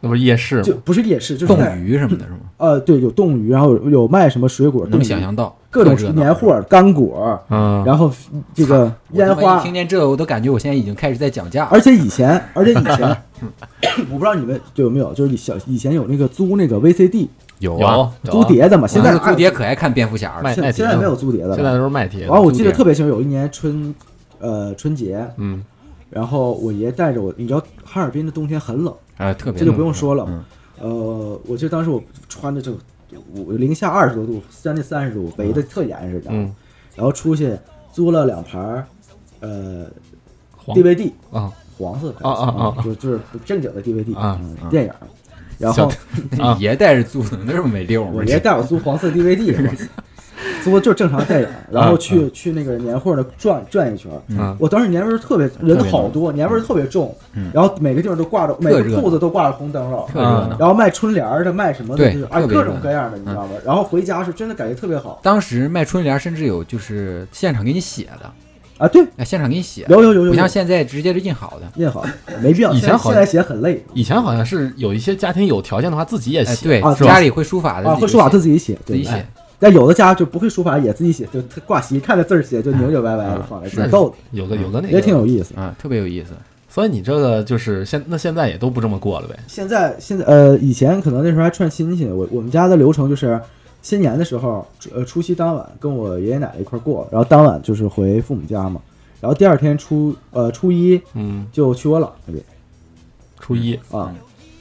Speaker 2: 那不是夜市
Speaker 3: 就
Speaker 2: 吗？
Speaker 3: 不是夜市，就是
Speaker 4: 嗯冻
Speaker 3: 在
Speaker 4: 鱼什么的，是吗？
Speaker 3: 呃，对，有冻鱼，然后有有卖什么水果，冻
Speaker 4: 能
Speaker 3: 鱼
Speaker 4: 想象到
Speaker 3: 各种
Speaker 4: 特热闹啊
Speaker 3: 年货、干果，
Speaker 2: 嗯，
Speaker 3: 然后这个
Speaker 4: 我
Speaker 3: 烟
Speaker 4: 他妈一
Speaker 3: 花
Speaker 4: 听。见这，我都感觉我现在已经开始在讲价了。
Speaker 3: 而且以前，而且以前，
Speaker 4: 嗯
Speaker 3: 我不知道你们有没有，就是小以前有那个租那个 VCD
Speaker 4: 有啊
Speaker 2: 有啊
Speaker 3: 租，碟的嘛，啊现在
Speaker 4: 我那时候租碟可爱看蝙蝠侠了
Speaker 2: 卖。
Speaker 3: 现
Speaker 2: 卖碟
Speaker 3: 现在没有租碟的
Speaker 2: 现在
Speaker 3: 了。
Speaker 2: 都是卖碟的。
Speaker 3: 然后我记
Speaker 2: 租
Speaker 3: 得
Speaker 2: 碟
Speaker 3: 特别清楚，有一年春，呃春节，
Speaker 2: 嗯
Speaker 3: 然后我爷带着我，你知道哈尔滨的冬天很冷，
Speaker 2: 哎
Speaker 4: 啊，特别
Speaker 3: 这就不用说了。
Speaker 4: 嗯
Speaker 3: 呃，我记得当时我穿的就我零下二十多度，将近三十度，围的特严实的，
Speaker 2: 嗯
Speaker 3: 然后出去租了两盘儿，呃
Speaker 2: 黄
Speaker 3: DVD
Speaker 2: 啊
Speaker 3: 黄色的
Speaker 2: 啊
Speaker 3: 嗯
Speaker 2: 啊啊啊
Speaker 3: 就就是不正经的 DVD
Speaker 2: 啊
Speaker 3: 嗯电影儿，然后
Speaker 2: 小啊
Speaker 4: 爷带着租能这么没溜吗
Speaker 3: 我？爷带我租黄色 DVD，我操租就是正常电影，然后去、去那个年货那转转一圈。
Speaker 2: 嗯
Speaker 3: 我当时年味儿特别，人好多，年味儿特别重。然后每个地方都挂着，每
Speaker 4: 热闹
Speaker 3: 个铺子都挂着红灯笼，
Speaker 4: 特热闹。
Speaker 3: 然后卖春联儿的，卖什么的，
Speaker 4: 对
Speaker 3: 就是哎
Speaker 4: 特别
Speaker 3: 各
Speaker 4: 热闹
Speaker 3: 种各样的，你知道吗？然后回家是真的感觉特别好
Speaker 4: 当时卖春联，甚至有就是现场给你写的，
Speaker 3: 啊！对，
Speaker 4: 哎，现场给你写，
Speaker 3: 有有有有
Speaker 4: 不
Speaker 3: 有
Speaker 4: 像，现在直接就印好的。
Speaker 3: 印好没必要。
Speaker 2: 以前
Speaker 3: 现在
Speaker 2: 好
Speaker 3: 现在写很累
Speaker 2: 以前好像是有一些家庭有条件的话，自己也
Speaker 4: 哎，
Speaker 2: 写。
Speaker 4: 对
Speaker 3: 啊，是吧
Speaker 4: 家里会书法的
Speaker 3: 啊，会书法自
Speaker 4: 己
Speaker 3: 己写，
Speaker 4: 写自己
Speaker 3: 对
Speaker 4: 写。，
Speaker 3: 但有的家就不会书法也自己写，就特挂席看着字儿写，就扭扭歪歪的放在这儿
Speaker 2: 是
Speaker 3: 逗的，
Speaker 2: 有个有个那
Speaker 3: 也挺
Speaker 2: 个，
Speaker 3: 有意思。
Speaker 4: 啊，特别有意思。
Speaker 2: 所以你这个就是现那现在也都不这么过了呗？
Speaker 3: 现在现在呃，以前可能那时候还串亲戚，我我们家的流程就是新年的时候，呃，除夕当晚跟我爷爷奶奶一块儿过，然后当晚就是回父母家嘛，然后第二天初呃初一
Speaker 2: 嗯，
Speaker 3: 就去我姥那边
Speaker 2: 初一
Speaker 3: 啊，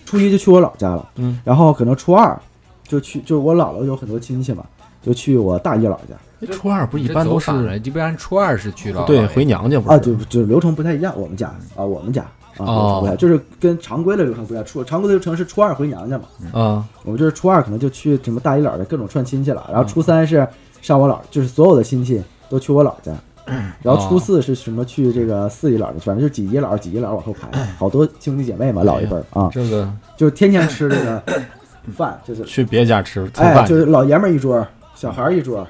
Speaker 3: 初一就去我姥家了，
Speaker 2: 嗯，
Speaker 3: 然后可能初二就去，就是我姥姥有很多亲戚嘛，就去我大姨姥家
Speaker 2: 哎初二不一般都是
Speaker 4: 了，一般初二是去了
Speaker 2: 对回娘家不是？
Speaker 3: 啊，就就流程不太一样，我们家啊，我们家啊，流程不太
Speaker 2: 哦
Speaker 3: 就是跟常规的流程不一样，初常规的流程是初二回娘家嘛。
Speaker 2: 啊
Speaker 3: 我们就是初二可能就去什么大姨姥的各种串亲戚了，然后初三是上我姥，就是所有的亲戚都去我姥 家，然后初四是什么去这个四姨姥的，反正就几姨姥几姨姥往后排，好多兄弟姐妹嘛，老一辈儿啊，
Speaker 2: 这个
Speaker 3: 就是天天吃这个饭，就是
Speaker 2: 去别家吃蹭
Speaker 3: 哎，
Speaker 2: 饭
Speaker 3: 就是老爷们儿一桌，小孩儿一桌，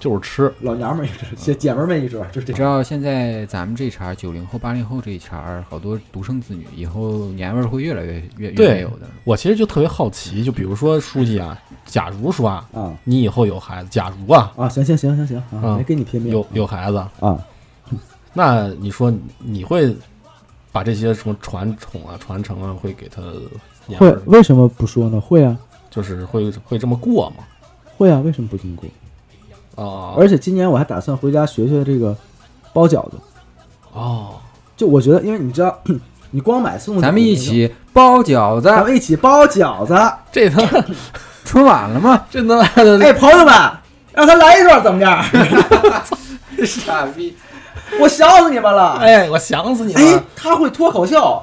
Speaker 2: 就是吃，
Speaker 3: 老娘们儿一桌，姐姐们儿们一桌，就这
Speaker 4: 你知
Speaker 3: 样。
Speaker 4: 道现在咱们这茬儿，九零后、八零后这一茬儿，好多独生子女，以后年味儿会越来越越越没
Speaker 2: 对
Speaker 4: 有的。
Speaker 2: 我其实就特别好奇，就比如说书记啊，假如说啊，
Speaker 3: 啊
Speaker 2: 你以后有孩子，假如啊
Speaker 3: 啊，行行行行行啊，
Speaker 2: 嗯
Speaker 3: 没跟你拼命
Speaker 2: 有有孩子，
Speaker 3: 啊，
Speaker 2: 那你说你会把这些什么传统啊、传承啊，会给他年味
Speaker 3: 会
Speaker 2: 儿，
Speaker 3: 为什么不说呢？会啊
Speaker 2: 就是会会这么过吗？
Speaker 3: 会啊，为什么不经过？
Speaker 2: 啊
Speaker 3: 而且今年我还打算回家学学这个包饺子。
Speaker 2: 哦，
Speaker 3: 就我觉得，因为你知道， 你光买送，
Speaker 4: 咱们一，起包饺
Speaker 3: 咱
Speaker 4: 子，
Speaker 3: 们一起包饺子。
Speaker 2: 这他妈
Speaker 4: 春晚了 吗？
Speaker 2: 这他妈
Speaker 4: 呃
Speaker 2: 的
Speaker 3: 哎，朋友们，让他来一段怎 么样？
Speaker 4: 傻
Speaker 3: 啊
Speaker 4: 逼！
Speaker 3: 我想死你们了！
Speaker 2: 哎，我想死你
Speaker 4: 啊
Speaker 3: 哎！，他会脱口秀，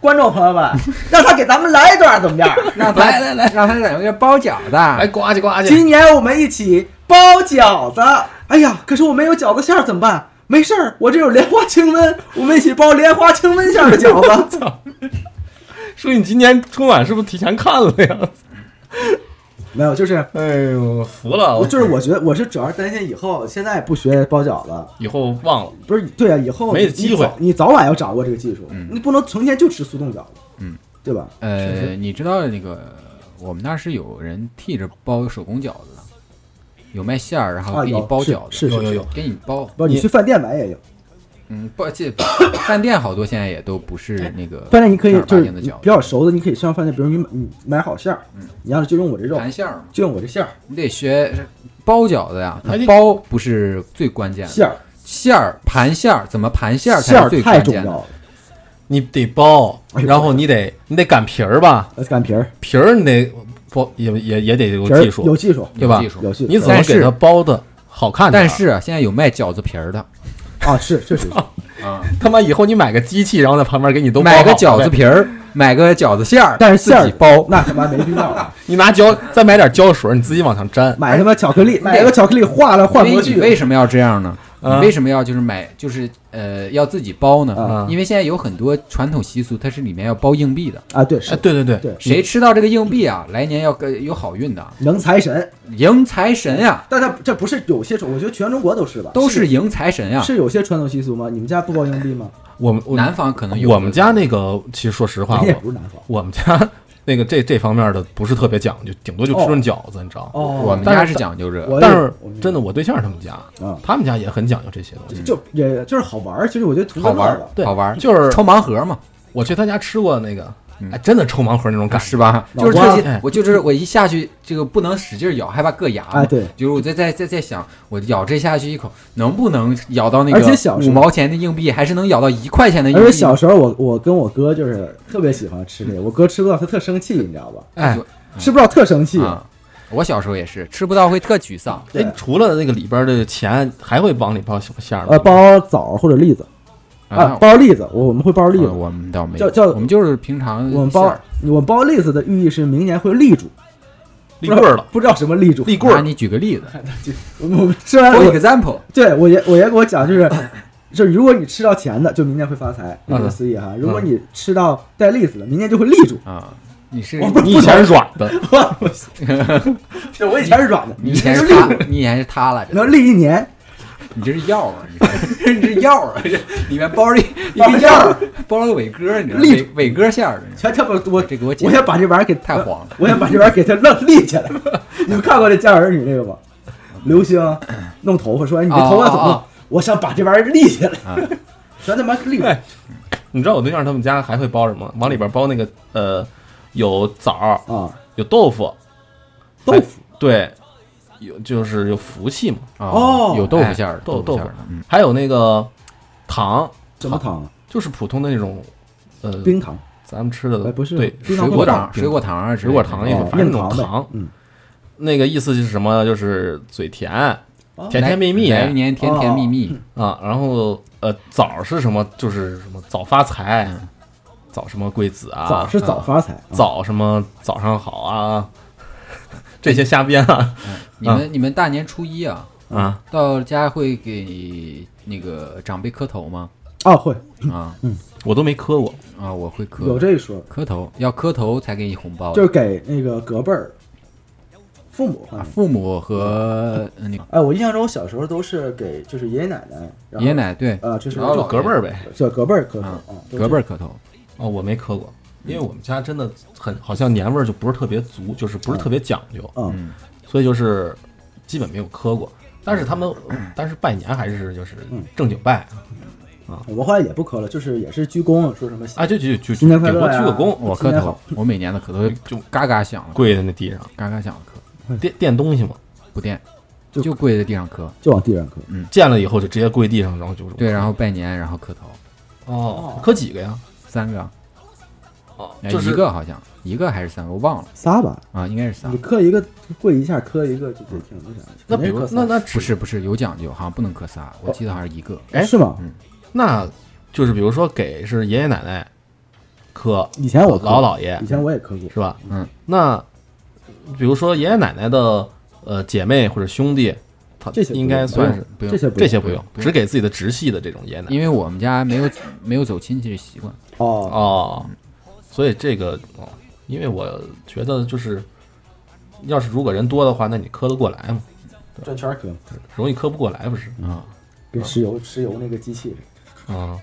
Speaker 3: 观众朋友们， 让他给咱们来一段怎么 样？
Speaker 4: 让他
Speaker 2: 来来来，
Speaker 4: 让他在我这包饺子。啊
Speaker 2: 哎，呱唧呱唧，
Speaker 3: 今年我们一起包饺子。哎呀，可是我没有饺子馅儿怎么办？没事儿，我这有莲花清瘟， 我们一起包莲花清瘟馅儿 的饺子。
Speaker 2: 说你今年春晚是不是提前看了呀？
Speaker 3: 没有，就是
Speaker 2: 哎呦，服了！
Speaker 3: 我就是我觉得我是主要是担心以后现在不学包饺子，
Speaker 2: 以后忘了，
Speaker 3: 不是对啊，以后
Speaker 2: 没
Speaker 3: 你
Speaker 2: 机会
Speaker 3: 你早你早晚要掌握这个技术，你不能成天就吃速冻饺子，
Speaker 4: 嗯，
Speaker 3: 对吧？
Speaker 4: 呃，你知道那个我们那儿是有人替着包手工饺子的，有卖馅儿，然后
Speaker 3: 啊
Speaker 4: 给你
Speaker 3: 有
Speaker 4: 包
Speaker 3: 是
Speaker 4: 饺子，
Speaker 3: 是是
Speaker 2: 有有
Speaker 3: 是
Speaker 2: 有
Speaker 4: 给你包。
Speaker 3: 不，你
Speaker 2: 你
Speaker 3: 去饭店买也有，
Speaker 4: 嗯，包这 饭店好多现在也都不是那个
Speaker 3: 饭店你可以
Speaker 4: 正儿
Speaker 3: 就
Speaker 4: 八
Speaker 3: 是
Speaker 4: 经的
Speaker 3: 你
Speaker 4: 饺
Speaker 3: 比
Speaker 4: 子，
Speaker 3: 较熟的，你可以上饭店，比如你买你买好馅儿，啊你要是就用我这肉，
Speaker 4: 盘馅儿嘛，
Speaker 3: 就用我这馅儿
Speaker 4: 你得学包饺子呀。它
Speaker 2: 还得
Speaker 4: 包不是最关键的，
Speaker 3: 哎馅儿
Speaker 4: 馅儿盘馅儿怎么盘馅儿
Speaker 3: 馅
Speaker 4: 才是
Speaker 3: 儿
Speaker 4: 最
Speaker 3: 太
Speaker 4: 关
Speaker 3: 重
Speaker 4: 键
Speaker 3: 要
Speaker 4: 的。
Speaker 3: 了，
Speaker 2: 你得包，
Speaker 3: 哎呦
Speaker 2: 然后你得你得擀皮儿吧，
Speaker 3: 呃擀皮儿
Speaker 2: 皮儿你得包也也也得有
Speaker 3: 皮儿
Speaker 2: 技术
Speaker 3: 有，技术，
Speaker 2: 对吧
Speaker 4: 技术
Speaker 3: 有技术，
Speaker 2: 你怎么
Speaker 4: 但是
Speaker 2: 给它包的好看点儿？
Speaker 4: 但是啊，现在有卖饺子皮儿的
Speaker 3: 啊？是确实是，
Speaker 4: 啊，
Speaker 2: 他妈以后你买个机器，然后在旁边给你都包
Speaker 4: 买个
Speaker 2: 好
Speaker 4: 饺子
Speaker 2: 呗，
Speaker 4: 皮儿，买个饺子馅儿，
Speaker 3: 但是馅
Speaker 4: 自
Speaker 3: 儿
Speaker 4: 己包。
Speaker 3: 那他妈没必要了，
Speaker 2: 你拿胶再买点胶水，你自己往上粘。
Speaker 3: 买他妈巧克力，买个巧克力化了换
Speaker 4: 所
Speaker 3: 模
Speaker 4: 以你为
Speaker 3: 具，
Speaker 4: 什么要这样呢？你
Speaker 2: 啊
Speaker 4: 为什么要就是买就是呃要自己包呢
Speaker 3: 嗯
Speaker 2: 啊？
Speaker 4: 因为现在有很多传统习俗，它是里面要包硬币的，
Speaker 3: 啊，对是
Speaker 2: 哎，。对对对，
Speaker 3: 对
Speaker 4: 谁吃到这个硬币啊，来年要跟有好运的，
Speaker 3: 能财神，
Speaker 4: 迎财神呀，
Speaker 3: 但他这不是有些传，我觉得全中国都是吧，
Speaker 4: 都
Speaker 3: 是
Speaker 4: 是迎财神呀。
Speaker 3: 是有些传统习俗吗？你们家不包硬币吗？
Speaker 2: 我们我
Speaker 4: 南方可能有
Speaker 2: 我们家那个，其实说实话，
Speaker 3: 你也
Speaker 2: 啊我
Speaker 3: 不是南方
Speaker 2: 我们家 那个这这方面的不是特别讲究，顶多就吃顿饺子，你知道吗？
Speaker 3: 哦
Speaker 4: 我们家是讲究这个，
Speaker 3: 我
Speaker 2: 但是
Speaker 3: 我
Speaker 2: 真的，我对象他们家
Speaker 3: 啊，
Speaker 2: 他们家也很讲究这些东西。
Speaker 3: 就也就是好玩儿，其实我觉得图个
Speaker 4: 好
Speaker 3: 乐
Speaker 4: 玩
Speaker 3: 了。
Speaker 2: 对
Speaker 4: 好玩，
Speaker 2: 就是
Speaker 4: 抽盲盒嘛，
Speaker 2: 我去他家吃过那个，
Speaker 4: 嗯
Speaker 2: 哎，真的抽盲盒那种感觉，
Speaker 4: 是 吧？
Speaker 3: 老
Speaker 4: 就是特
Speaker 2: 瓜哎
Speaker 4: 些，我就是我一下去，这个不能使劲咬，害怕硌牙嘛
Speaker 3: 哎对，
Speaker 4: 就是我在在在在想，我咬这下去一口，能不能咬到那
Speaker 3: 而且
Speaker 4: 个
Speaker 3: 小时
Speaker 4: 五
Speaker 3: 候
Speaker 4: 毛钱的硬币，还是能咬到一块钱的硬
Speaker 3: 而且
Speaker 4: 币？
Speaker 3: 小时候我我跟我哥就是特别喜欢吃这个，我哥吃不到他特生气，你知道吧？
Speaker 2: 哎。
Speaker 3: 吃不到特生气，
Speaker 4: 啊，我小时候也是吃不到会特沮丧。
Speaker 3: 对
Speaker 2: 哎，除了那个里边的钱，还会往里包什么馅儿吗
Speaker 3: 呃，包枣或者栗子啊，包栗子，我我们会包栗
Speaker 4: 我
Speaker 3: 子，
Speaker 4: 我们倒没
Speaker 3: 叫
Speaker 4: 有，
Speaker 3: 叫
Speaker 4: 我们就是平常
Speaker 3: 我们
Speaker 4: 啊馅
Speaker 3: 包
Speaker 4: 儿
Speaker 3: 我们包栗子的寓意是明年会立住，
Speaker 2: 立棍儿了，
Speaker 3: 不知道什么立住，
Speaker 2: 立棍
Speaker 4: 那
Speaker 2: 儿，
Speaker 4: 你举个例子
Speaker 3: 我们我们吃完
Speaker 4: ，for
Speaker 3: 我
Speaker 4: example，
Speaker 3: 对我爷我爷给我讲就是。就是如果你吃到钱的，就明年会发财，顾名
Speaker 2: 嗯
Speaker 3: 思义哈。如果你吃到带栗子的，明年就会立住。
Speaker 4: 啊，你是
Speaker 3: 我不
Speaker 2: 你以前是软的，
Speaker 3: 我 就我以前是软的，
Speaker 4: 你以前
Speaker 3: 是
Speaker 4: 是
Speaker 3: 立
Speaker 4: 他
Speaker 3: 住，，
Speaker 4: 你以前是他来着，
Speaker 3: 能立一年。
Speaker 4: 你这是药啊，你这 你这是药啊，这里面包了一一个药，包了个伟哥，你知道
Speaker 3: 立
Speaker 4: 伟伟哥馅儿的，
Speaker 3: 全他妈我
Speaker 4: 这给我解
Speaker 3: 我
Speaker 4: 释
Speaker 3: 想把这玩意儿给
Speaker 4: 太黄了。
Speaker 3: 我想把这玩意儿给它愣立起来。你们看过这《家有儿女》那个吗？刘星弄头发说：“哎，你这头发怎么
Speaker 4: 哦
Speaker 3: 弄
Speaker 4: 哦？”
Speaker 3: 我想把这玩意儿立起来
Speaker 4: 啊，
Speaker 3: 全他妈立
Speaker 2: 哎你知道我对象他们家还会包什么？往里边包那个呃，有枣儿，
Speaker 3: 啊！
Speaker 2: 有豆腐，
Speaker 3: 豆腐
Speaker 2: 对，有就是有福气嘛，
Speaker 4: 啊
Speaker 3: 哦
Speaker 4: 有豆
Speaker 2: 哎
Speaker 4: 腐馅儿的，
Speaker 2: 豆
Speaker 4: 豆
Speaker 2: 豆
Speaker 4: 馅儿
Speaker 2: 腐
Speaker 4: 的，嗯，
Speaker 2: 还有那个糖，
Speaker 4: 哎
Speaker 3: 什么糖？啊
Speaker 2: 就是普通的那种呃，
Speaker 3: 冰糖
Speaker 2: 咱们吃的
Speaker 3: 哎不是
Speaker 2: 对
Speaker 3: 冰糖
Speaker 4: 水
Speaker 3: 水
Speaker 4: 果
Speaker 3: 果
Speaker 4: 糖、
Speaker 3: 糖
Speaker 4: 水果糖啊之类的，
Speaker 2: 水果糖也有
Speaker 3: 哦
Speaker 2: 反正
Speaker 3: 硬
Speaker 2: 那种
Speaker 3: 呗
Speaker 2: 糖
Speaker 3: 嗯，
Speaker 2: 那个意思就是什么？就是嘴甜，
Speaker 3: 哦
Speaker 2: 甜甜蜜蜜
Speaker 4: 来来一年甜甜蜜蜜，
Speaker 2: 啊。然后呃，枣是什么？就是什么早发财，
Speaker 4: 嗯
Speaker 2: 早什么贵子啊，
Speaker 3: 早是早发财，啊
Speaker 2: 早什么早上好啊， 这些瞎编啊
Speaker 4: 你们你们大年初一啊，
Speaker 2: 啊。
Speaker 4: 到家会给那个长辈磕头吗？
Speaker 3: 哦会
Speaker 4: 啊
Speaker 2: 我都没磕过，
Speaker 4: 啊，我会磕，
Speaker 3: 有这一说，
Speaker 4: 磕头要磕头才给你红包的，
Speaker 3: 就是给那个隔辈儿父母好像
Speaker 4: 啊父母和呃那个
Speaker 3: 哎，我印象中我小时候都是给就是爷爷奶奶，然后
Speaker 4: 爷爷奶奶对
Speaker 3: 啊，就是
Speaker 4: 然后
Speaker 2: 就
Speaker 4: 老
Speaker 2: 隔辈儿呗。
Speaker 3: 小隔辈儿磕头
Speaker 4: 啊
Speaker 3: 啊，
Speaker 4: 隔辈儿磕头，
Speaker 2: 哦，我没磕过，因为我们家真的很好像年味儿就不是特别足，就是不是特别讲究，
Speaker 3: 啊，
Speaker 4: 嗯
Speaker 2: 所以就是基本没有磕过。但是他们，但是拜年还是就是
Speaker 3: 嗯
Speaker 2: 正经拜啊
Speaker 3: 我们后来也不磕了，就是也是鞠躬，说什么
Speaker 2: 啊，就就就
Speaker 3: 新年快
Speaker 2: 顶
Speaker 3: 乐啊
Speaker 2: 多
Speaker 3: 呀
Speaker 2: 鞠个躬，
Speaker 4: 我磕头，我每年的磕头
Speaker 2: 就
Speaker 4: 嘎嘎响了，
Speaker 2: 跪在那地上
Speaker 4: 嘎嘎响了磕，
Speaker 2: 垫垫东西嘛，
Speaker 4: 不垫，
Speaker 3: 就
Speaker 4: 就跪在地上磕，
Speaker 3: 就往地上磕。
Speaker 2: 见了以后就直接跪地上，然后就是
Speaker 4: 对，然后拜年，然后磕头，
Speaker 2: 哦，磕几个呀？
Speaker 4: 三个，
Speaker 2: 哦
Speaker 4: 哎
Speaker 2: 就是
Speaker 4: 一个好像一个还是三个，我忘了
Speaker 3: 仨吧，
Speaker 4: 啊，应该是仨
Speaker 3: 你。磕一个跪一下，磕一个就就挺那啥。
Speaker 2: 那比如
Speaker 3: 肯定磕仨
Speaker 2: 那那
Speaker 4: 不是不是有讲究，好像不能磕仨，
Speaker 3: 哦
Speaker 4: 我记得好像是一个。
Speaker 2: 哎
Speaker 3: 是吗？
Speaker 2: 那就是比如说给是爷爷奶奶磕，
Speaker 3: 以前我磕
Speaker 2: 老姥爷
Speaker 3: 以前我也磕过，
Speaker 2: 是吧？
Speaker 4: 嗯，
Speaker 2: 那比如说爷爷奶奶的呃姐妹或者兄弟，他
Speaker 3: 这些不
Speaker 2: 应该
Speaker 3: 用
Speaker 2: 算是
Speaker 4: 不用
Speaker 3: 这些不
Speaker 2: 这
Speaker 3: 用
Speaker 2: 些不用，
Speaker 4: 不用
Speaker 2: 只给自己的直系的这种爷爷奶奶
Speaker 4: 因为我们家没有没有走亲戚的习惯，
Speaker 3: 哦，
Speaker 2: 哦，所以这个哦，因为我觉得就是。要是如果人多的话，那你磕得过来吗？
Speaker 3: 转圈磕，
Speaker 2: 容易磕不过来，不是？
Speaker 3: 啊跟石油石油那个机器似的。
Speaker 2: 嗯，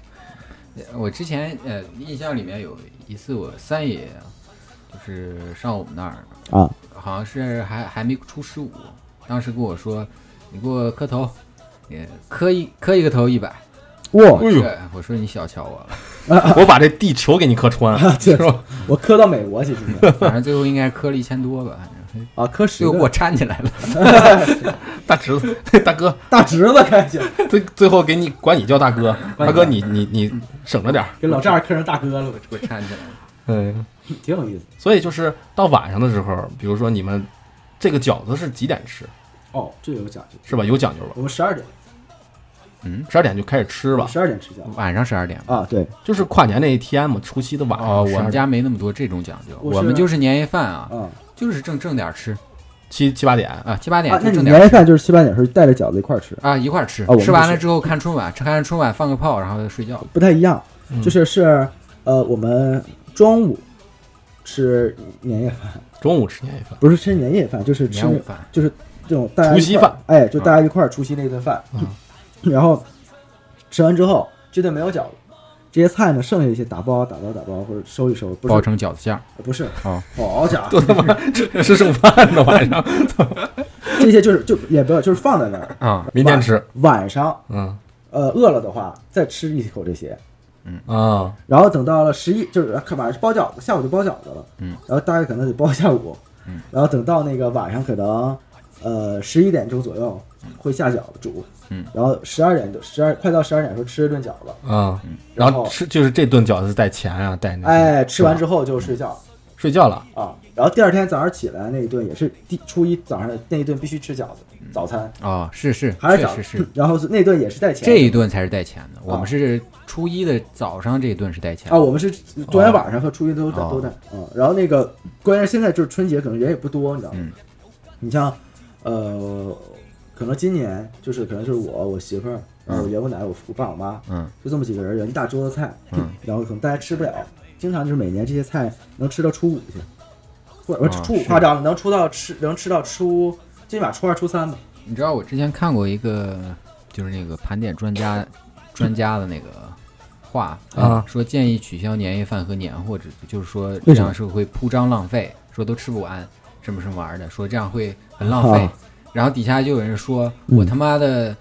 Speaker 4: 我之前呃印象里面有一次我三爷就是上我们那儿，
Speaker 3: 啊，
Speaker 4: 好像是还还没出十五，当时跟我说你给我磕头，你磕一磕一个头一百。
Speaker 3: 哇，
Speaker 2: 哎呦
Speaker 4: 这我说你小瞧我了，
Speaker 2: 我把这地球给你磕穿，
Speaker 3: 这
Speaker 2: 是吧？
Speaker 3: 我磕到美国去今天
Speaker 4: 反正最后应该是磕了一千多吧，反正
Speaker 3: 啊，磕十
Speaker 4: 最后给
Speaker 3: 个
Speaker 4: 我搀起来了。
Speaker 2: 大侄子，大哥，
Speaker 3: 大侄子开始
Speaker 2: 最最后给你管你叫大哥，大哥你你你省着点儿。
Speaker 3: 给老丈人磕成大哥了，
Speaker 4: 给我搀起来了。
Speaker 2: 嗯，
Speaker 3: 挺有意思。
Speaker 2: 所以就是到晚上的时候，比如说你们这个饺子是几点吃，
Speaker 3: 哦，这有讲究，
Speaker 2: 是吧？有讲究吧？
Speaker 3: 我们十二点，
Speaker 4: 嗯，
Speaker 2: 十二点就开始吃吧，
Speaker 3: 十二点吃饺子
Speaker 4: 晚上十二点吧。
Speaker 3: 啊，对，
Speaker 2: 就是跨年那一天嘛，除夕的晚上。
Speaker 4: 哦，我们
Speaker 2: 12
Speaker 4: 家没那么多这种讲究，
Speaker 3: 我是
Speaker 4: 我们就是年夜饭啊，
Speaker 3: 啊
Speaker 4: 就是正正点儿吃
Speaker 2: 七七八点，
Speaker 4: 啊，七八点
Speaker 3: 啊，那
Speaker 4: 就
Speaker 3: 你
Speaker 4: 正点
Speaker 3: 年
Speaker 4: 儿
Speaker 3: 夜
Speaker 4: 吃
Speaker 3: 饭就是七八点时候带着饺子一块儿吃，
Speaker 4: 啊，一块儿吃
Speaker 3: 啊我，们
Speaker 4: 吃完
Speaker 3: 不
Speaker 4: 了
Speaker 3: 是
Speaker 4: 之后看春晚，吃完春晚放个炮，然后睡觉。
Speaker 3: 不太一样，
Speaker 2: 嗯
Speaker 3: 就是是呃，我们中午吃年夜饭，
Speaker 2: 中午吃年夜饭。
Speaker 3: 不是吃年夜饭，就是吃
Speaker 4: 年午饭
Speaker 3: 就是这种大家
Speaker 2: 除夕
Speaker 3: 一块儿
Speaker 2: 饭，嗯
Speaker 3: 哎，就大家一块儿除夕那顿饭，嗯然后吃完之后这顿没有饺子，这些菜呢剩下一些打包打包打包或者收一收，不
Speaker 4: 包
Speaker 3: 是
Speaker 4: 成饺子馅儿，
Speaker 3: 不是
Speaker 4: 哦
Speaker 2: 啊
Speaker 3: 好 家伙，
Speaker 2: 都他妈吃吃剩饭呢，晚上
Speaker 3: 这些就是就也不要就是放在那儿，
Speaker 2: 啊，明天吃，
Speaker 3: 晚上
Speaker 2: 嗯
Speaker 3: 呃饿了的话再吃一口这些，
Speaker 2: 啊，
Speaker 3: 然后等到了十一，就是看晚上是包饺子，下午就包饺子了。
Speaker 4: 嗯，
Speaker 3: 然后大概可能得包一下午。
Speaker 4: 嗯，
Speaker 3: 然后等到那个晚上可能，呃，十一点钟左右会下饺子煮。
Speaker 4: 嗯，
Speaker 3: 然后十二点十二快到十二点的时候吃一顿饺子，
Speaker 2: 嗯，
Speaker 3: 然
Speaker 2: 然
Speaker 3: 后
Speaker 4: 哦
Speaker 2: 后吃就是这顿饺子是带钱啊，带那些
Speaker 3: 哎，吃完之后就睡觉
Speaker 2: 睡觉了，
Speaker 4: 嗯
Speaker 3: 啊。然后第二天早上起来那一顿也是第初一早上那一顿必须吃饺子，早餐
Speaker 4: 哦，是是，
Speaker 3: 还是
Speaker 4: 确
Speaker 3: 饺
Speaker 4: 实
Speaker 3: 子。。
Speaker 4: 是
Speaker 3: 然后是那顿也是带钱的。
Speaker 4: 这一顿才是带钱的，我
Speaker 3: 啊
Speaker 4: 们是初一的早上这一顿是带钱
Speaker 3: 啊，
Speaker 4: 的。
Speaker 3: 我们是昨天晚上和初一都在、
Speaker 4: 哦
Speaker 3: 都在啊。然后那个关键是现在就是春节，可能人也不多，你知道吗？
Speaker 4: 嗯
Speaker 3: 你像呃，可能今年就是可能就是我我媳妇儿，然后我爷我奶奶我我爸我妈，
Speaker 4: 嗯，
Speaker 3: 就这么几个人，有一大桌子菜，
Speaker 4: 嗯
Speaker 3: 然后可能大家吃不了，经常就是每年这些菜能吃到初五去，或者
Speaker 4: 啊
Speaker 3: 初五
Speaker 4: 是
Speaker 3: 夸张了，能出到吃能吃到初最起码初二初三吧。
Speaker 4: 你知道我之前看过一个，就是那个盘点专 家专家的那个话
Speaker 2: 啊
Speaker 4: 说建议取消年夜饭和年货制度，就是说这
Speaker 3: 为啥
Speaker 4: 样是会铺张浪费，说都吃不完，什么什么玩意儿的，说这样会很浪费
Speaker 3: 啊。
Speaker 4: 然后底下就有人说，
Speaker 3: 嗯
Speaker 4: 我他妈的。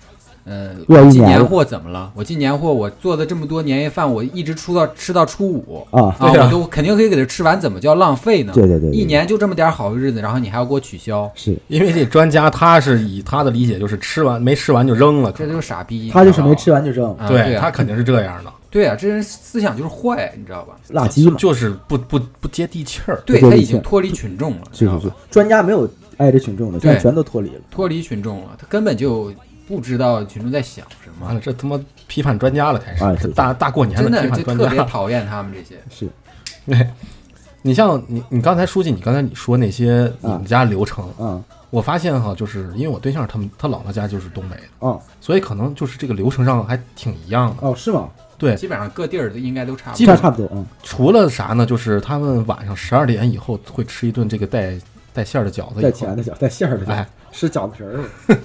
Speaker 4: 呃，
Speaker 3: 饿一
Speaker 4: 我进
Speaker 3: 年
Speaker 4: 年
Speaker 3: 了
Speaker 4: 货怎么了？我进年货，我做了这么多年夜饭，我一直出到吃到初五
Speaker 3: 啊
Speaker 4: 啊，
Speaker 2: 对啊
Speaker 4: 我都肯定可以给它吃完，怎么叫浪费呢？
Speaker 3: 对对对对
Speaker 4: 一年就这么点儿好日子，然后你还要给我取消，
Speaker 3: 是，
Speaker 2: 因为这专家他是以他的理解就是吃完没吃完就扔了，
Speaker 4: 这就是傻逼。
Speaker 3: 他
Speaker 4: 你
Speaker 3: 就是
Speaker 4: 知道
Speaker 3: 没
Speaker 4: 吗
Speaker 3: 吃完就扔，
Speaker 4: 啊
Speaker 2: 对
Speaker 4: 啊
Speaker 2: 他肯定是这样的，
Speaker 4: 对啊，这人思想就是坏，你知道吧？
Speaker 3: 辣鸡嘛。
Speaker 2: 就是不不不接地气儿。
Speaker 4: 对
Speaker 3: 对
Speaker 4: 他
Speaker 3: 对
Speaker 4: 已经脱离群众了，
Speaker 3: 是
Speaker 4: 知道
Speaker 3: 是是
Speaker 4: 吧？，
Speaker 3: 专家没有挨着群众的，现在
Speaker 4: 对
Speaker 3: 全都脱离了。
Speaker 4: 脱离群众了，他根本就不知道群众在想什
Speaker 2: 完
Speaker 4: 么
Speaker 2: 了，，这他妈批判专家了，开始、
Speaker 3: 哎对对
Speaker 2: 大大过年
Speaker 4: 真
Speaker 2: 的批
Speaker 4: 的
Speaker 2: 判
Speaker 4: 就
Speaker 2: 专
Speaker 4: 特别
Speaker 2: 家。
Speaker 4: 讨厌他们这 些。
Speaker 3: 是，
Speaker 2: 对，你像你你刚才书记，你刚才你说那
Speaker 3: 啊
Speaker 2: 些你们家流程，
Speaker 3: 嗯
Speaker 2: 我发现哈，就是因为我对象他们他姥姥家就是东北的，
Speaker 3: 哦
Speaker 2: 所以可能就是这个流程上还挺一样的。
Speaker 3: 哦，是吗？
Speaker 2: 对，
Speaker 4: 基本上各地儿都应该都差不
Speaker 2: 基
Speaker 4: 多。
Speaker 2: 本
Speaker 3: 差差不多，嗯，
Speaker 2: 除了啥呢？就是他们晚上十二点以后会吃一顿这个带带馅儿的饺子，
Speaker 3: 带钱的饺，带馅儿的饺
Speaker 2: 哎，
Speaker 3: 吃饺子皮儿的，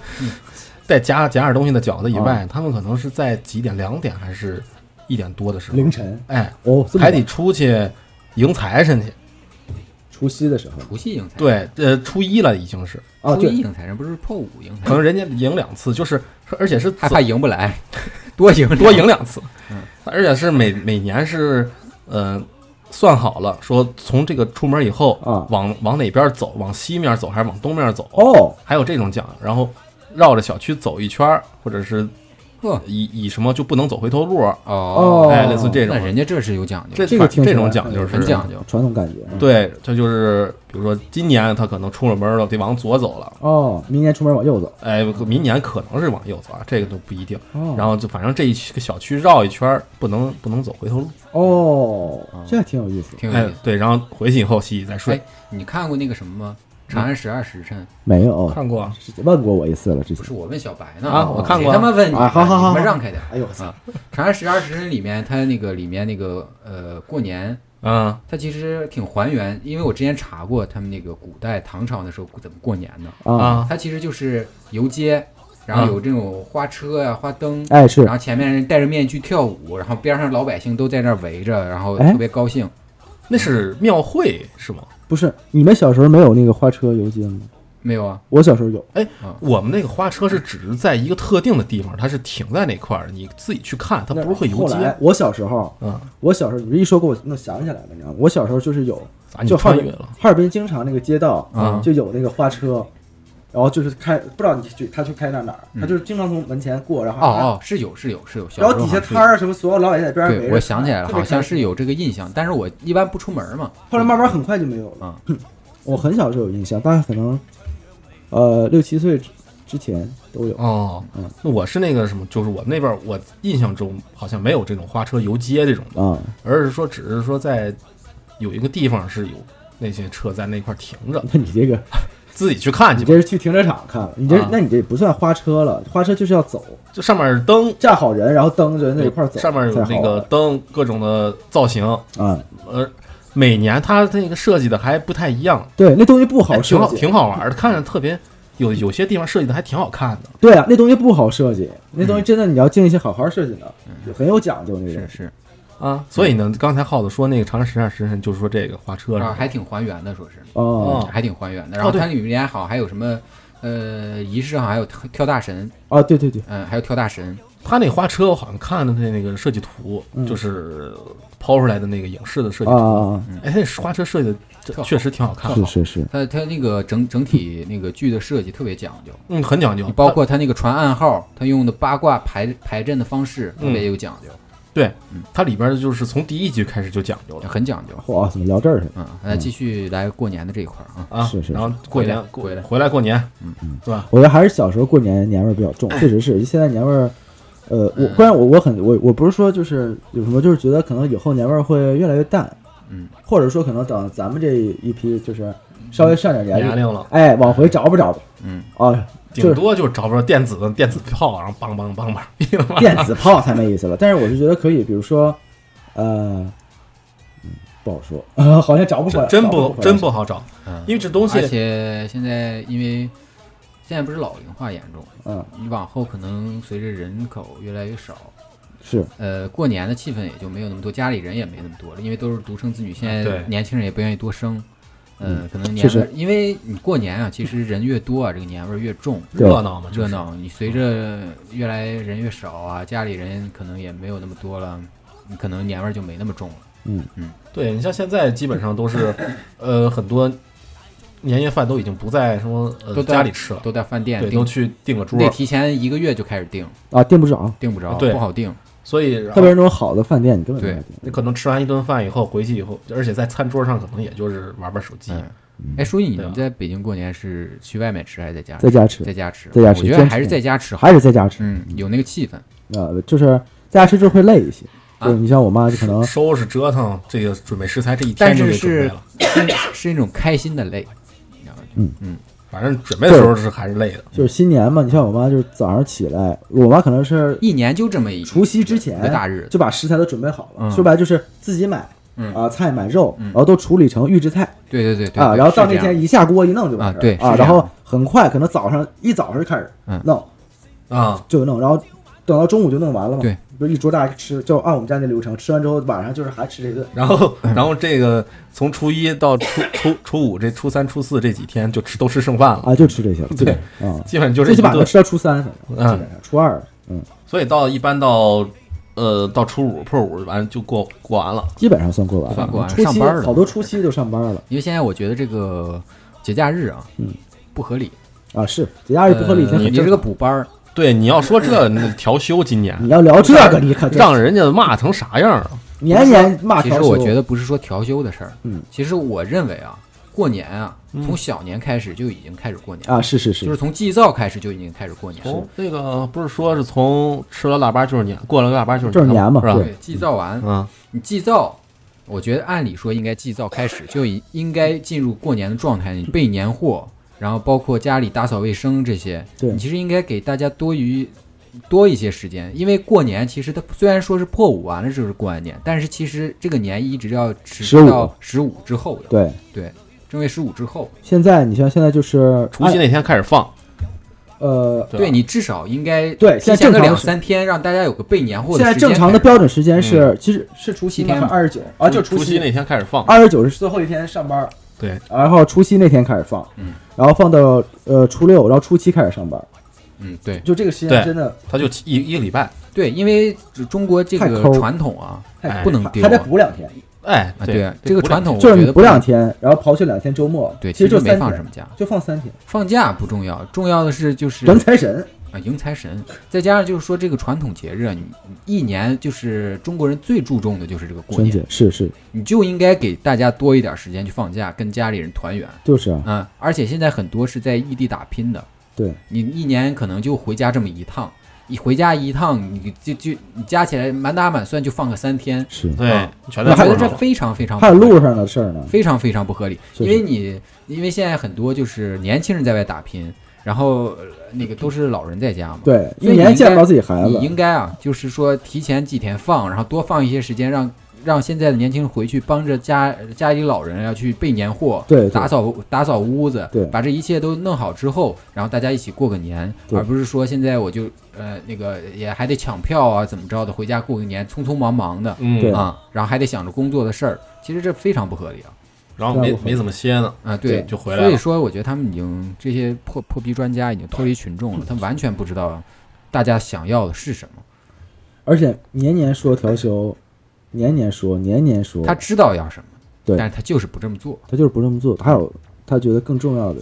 Speaker 2: 带夹夹点东西的饺子
Speaker 3: 啊
Speaker 2: 以外，他们可能是在几点？两点还是一点多的时候？
Speaker 3: 凌晨
Speaker 2: 哎，
Speaker 3: 哦，这么
Speaker 2: 还得出去迎财神去。
Speaker 3: 除夕的时候，
Speaker 4: 除夕迎财神，
Speaker 2: 对，呃，初一了已经是，
Speaker 3: 哦，
Speaker 4: 初一
Speaker 3: 对，
Speaker 4: 迎财神不是破五迎财
Speaker 2: 可
Speaker 4: 神，
Speaker 2: 能人家赢两次，就是而且是
Speaker 4: 害
Speaker 2: 走
Speaker 4: 怕赢不来， 多赢
Speaker 2: 多
Speaker 4: 两
Speaker 2: 赢两次
Speaker 4: 嗯，
Speaker 2: 而且是每每年是呃算好了，说从这个出门以后
Speaker 3: 啊
Speaker 2: 往往哪边走，往西面走还是往东面走，
Speaker 3: 哦，
Speaker 2: 还有这种讲，然后绕着小区走一圈儿，或者是
Speaker 4: 呵
Speaker 2: 以以什么就不能走回头路，
Speaker 4: 哦，
Speaker 2: 哎，类似这种
Speaker 4: 那，人家这是有讲究，
Speaker 2: 这
Speaker 3: 这个听起来
Speaker 2: 这种讲究是
Speaker 4: 很讲究。
Speaker 3: 传统感觉。
Speaker 2: 对，这就是比如说今年他可能出了门儿了，得往左走了，
Speaker 3: 哦，明年出门往右走。
Speaker 2: 哎，明年可能是往右走啊，这个都不一定。
Speaker 3: 哦
Speaker 2: 然后就反正这一个小区绕一圈儿，不能不能走回头路。
Speaker 3: 哦，这还挺有意思。
Speaker 4: 挺有
Speaker 2: 哎
Speaker 4: 意思，。
Speaker 2: 对，然后回去以后洗洗再睡
Speaker 4: 哎。，你看过那个什么吗？《长安十二时辰》
Speaker 3: 没有，
Speaker 2: 看过啊，
Speaker 3: 问过我一次了，之
Speaker 4: 不
Speaker 3: 前
Speaker 4: 是。我问小白呢哦
Speaker 2: 啊我看过
Speaker 4: 谁他妈问你呢？
Speaker 3: 啊好好好
Speaker 4: 你他
Speaker 3: 好
Speaker 4: 妈让开点。
Speaker 3: 哎呦我操
Speaker 4: 啊，《长安十二时辰》里面，它那个里面那个呃，过年
Speaker 2: 嗯，
Speaker 4: 它其实挺还原，因为我之前查过他们那个古代唐朝的时候怎么过年的，
Speaker 3: 啊，
Speaker 2: 啊
Speaker 4: 它其实就是游街，然后
Speaker 2: 啊
Speaker 4: 有这种花车呀、花灯，
Speaker 3: 哎是
Speaker 4: 然后前面人戴着面具跳舞，然后边上老百姓都在那儿围着，然后
Speaker 3: 哎
Speaker 4: 特别高兴。
Speaker 2: 那是庙会是吗？
Speaker 3: 不是你们小时候没有那个花车游街吗？
Speaker 4: 没有啊，
Speaker 3: 我小时候有。
Speaker 2: 哎
Speaker 4: 啊，
Speaker 2: 我们那个花车是只是在一个特定的地方，它是停在那块儿，你自己去看，它不是会游
Speaker 3: 后来
Speaker 2: 街。
Speaker 3: 我小时候，
Speaker 2: 嗯，
Speaker 3: 我小时候，你这一说给我弄想起来了，你知道吗？我小时候就是有
Speaker 2: 咋，啊你
Speaker 3: 就哈尔
Speaker 2: 穿越了
Speaker 3: 哈尔滨经常那个街道
Speaker 2: 啊
Speaker 3: 就有那个花车，然后就是开，不知道你去他去开到哪儿，他就是经常从门前过，然后
Speaker 4: 哦哦，是有是有是有。小
Speaker 3: 然
Speaker 4: 时
Speaker 3: 后
Speaker 4: 候
Speaker 3: 底下
Speaker 4: 好像是有
Speaker 3: 摊儿啊什么，所有老百姓在边上围
Speaker 4: 对，
Speaker 3: 着。
Speaker 4: 我想起来了，
Speaker 3: 特别
Speaker 4: 好像
Speaker 3: 开心
Speaker 4: 是有这个印象，但是我一般不出门嘛。
Speaker 3: 后来慢慢很快就没有了
Speaker 4: 啊。
Speaker 3: 我很小就有印象，大概可能呃六七岁之之前都有。
Speaker 2: 哦，
Speaker 3: 嗯
Speaker 2: 那我是那个什么，就是我们那边儿我印象中好像没有这种花车游街这种的，
Speaker 3: 啊，
Speaker 2: 而是说只是说在有一个地方是有那些车在那块儿停着，
Speaker 3: 啊 那你这个，
Speaker 2: 自己去看去
Speaker 3: 你
Speaker 2: 吧
Speaker 3: 这。是去停车场看了，你这、
Speaker 2: 啊
Speaker 3: 那你这不算花车了，花车就是要走，
Speaker 2: 就上面是灯，
Speaker 3: 站好人，然后蹬着那一块儿走，
Speaker 2: 嗯上面有
Speaker 3: 才
Speaker 2: 那
Speaker 3: 好
Speaker 2: 个灯，各种的造型，
Speaker 3: 玩啊，
Speaker 2: 呃，每年它那个设计的还不太一样，
Speaker 3: 对，那东西不好
Speaker 2: 哎挺
Speaker 3: 设
Speaker 2: 好，
Speaker 3: 计，
Speaker 2: 挺好玩的，看着特别有有些地方设计的还挺好看的。
Speaker 3: 对啊，那东西不好设计，那东西真的你要精心好好设计的，就很有讲究那
Speaker 4: 是
Speaker 3: 个。
Speaker 4: 是
Speaker 2: 啊，所以呢，刚才耗子说那个长安十二时辰，就是说这个花车
Speaker 4: 啊，
Speaker 2: 上，
Speaker 4: 还挺还原的，说是
Speaker 3: 哦
Speaker 2: 哦
Speaker 4: 嗯还挺还原的。然后
Speaker 2: 哦对
Speaker 4: 它里面好像还有什么呃仪式，好像还有跳跳大神，
Speaker 3: 啊，对对对，
Speaker 4: 嗯，还有跳大神，
Speaker 2: 他那花车我好像看的那那个设计图，就是抛出来的那个影视的设计
Speaker 3: 啊
Speaker 2: 图，
Speaker 3: 啊
Speaker 2: 哎，那花车设计的这
Speaker 4: 特好
Speaker 2: 确实挺好看
Speaker 3: 啊，
Speaker 2: 的
Speaker 3: 是，是是，
Speaker 4: 它它那个整整体那个剧的设计特别讲究，
Speaker 2: 嗯，很讲究，
Speaker 4: 包括它那个传暗号，它用的八卦排排阵的方式特别有讲究，
Speaker 2: 对，它里边就是从第一集开始就讲究了
Speaker 4: 很讲究。
Speaker 3: 哇，怎么聊这儿去了？
Speaker 4: 嗯，那继续来过年的这一块儿啊，
Speaker 2: 啊，
Speaker 3: 是是是
Speaker 2: 然后过年
Speaker 4: 回来
Speaker 2: 回来过年，嗯嗯，对吧？
Speaker 3: 我觉得还是小时候过年年味儿比较重，确实是。现在年味儿，呃，我关键我我很我我不是说就是有什么，就是觉得可能以后年味儿会越来越淡，
Speaker 4: 嗯，
Speaker 3: 或者说可能等咱们这一批就是稍微上点年
Speaker 2: 年
Speaker 3: 龄，
Speaker 2: 龄了，
Speaker 3: 哎，往回找吧找吧，
Speaker 4: 嗯
Speaker 3: 啊，
Speaker 2: 顶
Speaker 3: 就是
Speaker 2: 多就找不着电子的电子炮，然后梆梆梆梆梆，
Speaker 3: 电子炮太没意思了。但是我是觉得可以，比如说，呃，嗯，不好说，啊，好像找不回来，
Speaker 2: 真真
Speaker 3: 找不
Speaker 2: 不
Speaker 3: 回来
Speaker 2: 真不好找，
Speaker 4: 嗯，
Speaker 2: 因为这东
Speaker 4: 而
Speaker 2: 西
Speaker 4: 且现在因为现在不是老龄化严重，
Speaker 3: 嗯，
Speaker 4: 你往后可能随着人口越来越少，
Speaker 3: 是
Speaker 4: 呃，过年的气氛也就没有那么多，家里人也没那么多了，因为都是独生子女，现在
Speaker 2: 啊对
Speaker 4: 年轻人也不愿意多生。呃，可能年
Speaker 3: 嗯确实
Speaker 4: 味儿，因为你过年啊，其实人越多啊，这个年味儿越重，
Speaker 3: 对
Speaker 2: 热闹嘛，就是
Speaker 4: 热。闹。你随着越来人越少啊，家里人可能也没有那么多了，你可能年味儿就没那么重了。
Speaker 2: 对你像现在基本上都是，呃，很多年夜饭都已经不在什么呃
Speaker 4: 都在
Speaker 2: 家里吃了，
Speaker 4: 都在饭店
Speaker 2: 对，
Speaker 4: 订
Speaker 2: 都，去订个桌，
Speaker 4: 得提前一个月就开始订，
Speaker 3: 啊，订不着，
Speaker 4: 订不着，
Speaker 2: 对
Speaker 4: 不好订。
Speaker 2: 所以然
Speaker 3: 特
Speaker 2: 后
Speaker 3: 别是那种好的饭店，你根本没
Speaker 4: 对
Speaker 3: 法订。
Speaker 2: 你可能吃完一顿饭以后回去以后，而且在餐桌上可能也就是玩玩手机，
Speaker 4: 嗯，哎，书记，你
Speaker 2: 对啊
Speaker 4: 们
Speaker 2: 吧
Speaker 4: 在北京过年是去外面吃还是在家？
Speaker 3: 在家吃
Speaker 4: 在家吃，
Speaker 3: 在家吃
Speaker 4: 我觉得
Speaker 3: 坚持
Speaker 4: 还是在家吃好。
Speaker 3: 还是在家吃，
Speaker 4: 嗯，有那个气氛。
Speaker 3: 呃，就是在家吃就会累一些。
Speaker 4: 啊
Speaker 3: 就是你像我妈，就可能
Speaker 2: 收拾折腾这个准备食材这一
Speaker 4: 但
Speaker 2: 天就是给准备
Speaker 4: 是
Speaker 2: 了。
Speaker 4: 是 是那种开心的累，你知道吗？
Speaker 2: 反正准备的时候是还是累的，
Speaker 3: 就是新年嘛，你像我妈就是早上起来，我妈可能是
Speaker 4: 一年就这么一
Speaker 3: 除夕之前
Speaker 4: 一个大日子，
Speaker 3: 就把食材都准备好了，
Speaker 4: 嗯
Speaker 3: 说白了就是自己买
Speaker 4: 嗯
Speaker 3: 啊菜买肉，然后都处理成预制菜
Speaker 4: 对对对对
Speaker 3: 啊，
Speaker 4: 对
Speaker 3: 然后到
Speaker 4: 是
Speaker 3: 那
Speaker 4: 这样
Speaker 3: 天一下锅一弄就完事
Speaker 4: 啊对
Speaker 3: 儿
Speaker 4: 是这
Speaker 3: 啊，
Speaker 4: 样
Speaker 3: 然后很快可能早上一早上就开始
Speaker 4: 嗯
Speaker 3: 弄
Speaker 2: 啊，
Speaker 3: 就弄，然后等到中午就弄完了嘛，
Speaker 4: 对，
Speaker 3: 不是一桌大家吃，就按我们家那流程，吃完之后晚上就是还 吃这顿，
Speaker 2: 然后
Speaker 3: 嗯
Speaker 2: 然后这个从初一到初初初五这初三初四这几天就吃都吃剩饭了，
Speaker 3: 啊就吃这些了，基本啊，
Speaker 2: 基本就
Speaker 3: 最
Speaker 2: 是
Speaker 3: 起
Speaker 2: 一
Speaker 3: 码能
Speaker 2: 顿，
Speaker 3: 吃到初三，反正
Speaker 2: 嗯
Speaker 3: 基本上初二，嗯，
Speaker 2: 所以到一般到呃到初五破五完就过过完了，
Speaker 3: 基本上算过完了，
Speaker 4: 算过完
Speaker 3: 初
Speaker 4: 上
Speaker 3: 七
Speaker 4: 班了
Speaker 3: 好多初七都上班了。
Speaker 4: 因为现在我觉得这个节假日啊，
Speaker 3: 嗯，
Speaker 4: 不合理，
Speaker 3: 啊，是节假日不合理已经
Speaker 4: 呃你
Speaker 3: 很
Speaker 4: 这
Speaker 3: 正
Speaker 4: 个补班儿，
Speaker 2: 对，你要说 这那调休今年
Speaker 3: 你要聊这个，你可真
Speaker 2: 让人家骂成啥样啊？
Speaker 3: 年年骂
Speaker 4: 其
Speaker 3: 调休。
Speaker 4: 实我觉得不是说调休的事儿，
Speaker 3: 嗯，
Speaker 4: 其实我认为啊，过年啊，从小年开始就已经开始过年，
Speaker 3: 啊，哦是是是，
Speaker 4: 就是从祭灶开始就已经开始过年了。
Speaker 2: 从那个不是说是从吃了腊八就是年，过了腊八就是
Speaker 3: 就是年嘛
Speaker 2: 是吧？
Speaker 3: 对
Speaker 4: 对，祭灶完，
Speaker 2: 嗯，
Speaker 4: 你祭灶，我觉得按理说应该祭灶开始就已应该进入过年的状态，你备年货，然后包括家里打扫卫生这些，
Speaker 3: 对
Speaker 4: 你其实应该给大家多余多一些时间，因为过年其实它虽然说是破五完了就是过完年，但是其实这个年一直要持续
Speaker 3: 15
Speaker 4: 到十五之后的，
Speaker 3: 对。
Speaker 4: 对，正月十五之后，
Speaker 3: 现在你像现在就是
Speaker 2: 除夕那天开始放，
Speaker 3: 按呃，
Speaker 2: 吧
Speaker 4: 对你至少应该
Speaker 3: 对
Speaker 4: 提
Speaker 3: 现在
Speaker 4: 前
Speaker 3: 正
Speaker 4: 个
Speaker 3: 常
Speaker 4: 两
Speaker 3: 是
Speaker 4: 三天让大家有个备年货
Speaker 3: 现在
Speaker 4: 时间嗯
Speaker 3: 正常的
Speaker 4: 开始
Speaker 3: 标准时间是其实是除
Speaker 4: 七
Speaker 3: 夕
Speaker 4: 天
Speaker 3: 吗？
Speaker 4: 嘛
Speaker 3: 二十九啊，就
Speaker 2: 除
Speaker 3: 夕
Speaker 2: 那天开始放，
Speaker 3: 二十九是最后一天上班，
Speaker 2: 对，
Speaker 3: 然后除夕那天开始放，
Speaker 4: 嗯，
Speaker 3: 然后放到呃初六，然后初七开始上班，
Speaker 4: 嗯，对。
Speaker 3: 就这个时
Speaker 2: 对
Speaker 3: 间真的
Speaker 2: 他就一一个礼拜，
Speaker 4: 对，因为中国这
Speaker 3: 太
Speaker 4: 个
Speaker 3: 抠
Speaker 4: 传统啊，
Speaker 3: 太
Speaker 4: 不能丢
Speaker 3: 还
Speaker 4: 啊
Speaker 3: 得补两天，
Speaker 2: 哎，
Speaker 4: 啊，
Speaker 2: 对
Speaker 4: 啊，这个传统我
Speaker 3: 就
Speaker 4: 觉
Speaker 3: 是
Speaker 4: 得
Speaker 3: 你
Speaker 4: 不
Speaker 3: 补两
Speaker 4: 能
Speaker 3: 天，然后刨去两天周末，
Speaker 4: 对，
Speaker 3: 其实就
Speaker 4: 没
Speaker 3: 三
Speaker 4: 放什
Speaker 3: 天
Speaker 4: 么，假，
Speaker 3: 就放三天，
Speaker 4: 放假不重要，重要的是就是
Speaker 3: 人财神
Speaker 4: 啊迎财神，再加上就是说这个传统节日啊，你一年就是中国人最注重的就是这个过
Speaker 3: 春
Speaker 4: 年
Speaker 3: 节，是是
Speaker 4: 你就应该给大家多一点时间去放假，跟家里人团圆
Speaker 3: 就是啊，
Speaker 4: 啊。而且现在很多是在异地打拼的，
Speaker 3: 对，
Speaker 4: 你一年可能就回家这么一趟，一回家一趟，你就就你加起来满打满算就放个三天，
Speaker 3: 是，
Speaker 2: 对
Speaker 4: 啊，
Speaker 2: 全
Speaker 4: 我
Speaker 2: 在
Speaker 4: 觉得
Speaker 2: 后面
Speaker 4: 这
Speaker 2: 了
Speaker 4: 非常非常
Speaker 3: 还有
Speaker 4: 不合理
Speaker 3: 路上的事儿呢，
Speaker 4: 非常非常不合理，
Speaker 3: 是
Speaker 4: 因为你因为现在很多就是年轻人在外打拼，然后呃那个都是老人在家嘛，，
Speaker 3: 对，一
Speaker 4: 所以你
Speaker 3: 年见
Speaker 4: 应该
Speaker 3: 不到自己孩
Speaker 4: 你
Speaker 3: 子，
Speaker 4: 应该啊，就是说提前几天放，然后多放一些时间让。让现在的年轻人回去帮着家家里老人要去备年货，
Speaker 3: 对对
Speaker 4: 打扫打扫屋子，
Speaker 3: 对
Speaker 4: 把这一切都弄好之后，然后大家一起过个年，
Speaker 3: 对
Speaker 4: 而不是说现在我就呃那个也还得抢票啊怎么着的，回家过个年，匆匆忙忙的
Speaker 3: 对
Speaker 2: 嗯，
Speaker 4: 啊，然后还得想着工作的事儿，其实这非常不合理啊。
Speaker 2: 然后没
Speaker 3: 那我
Speaker 2: 没怎么歇呢，
Speaker 4: 啊，对，
Speaker 2: 就回来了
Speaker 4: 所以说，我觉得他们已经这些破破逼专家已经脱离群 众了，他们完全不知道大家想要的是什么。
Speaker 3: 而且年年说调休，年年说，年年说，
Speaker 4: 他知道要什么，
Speaker 3: 对
Speaker 4: 但是他就是不这么做
Speaker 3: 他就是不这么做，还有他觉得更重要的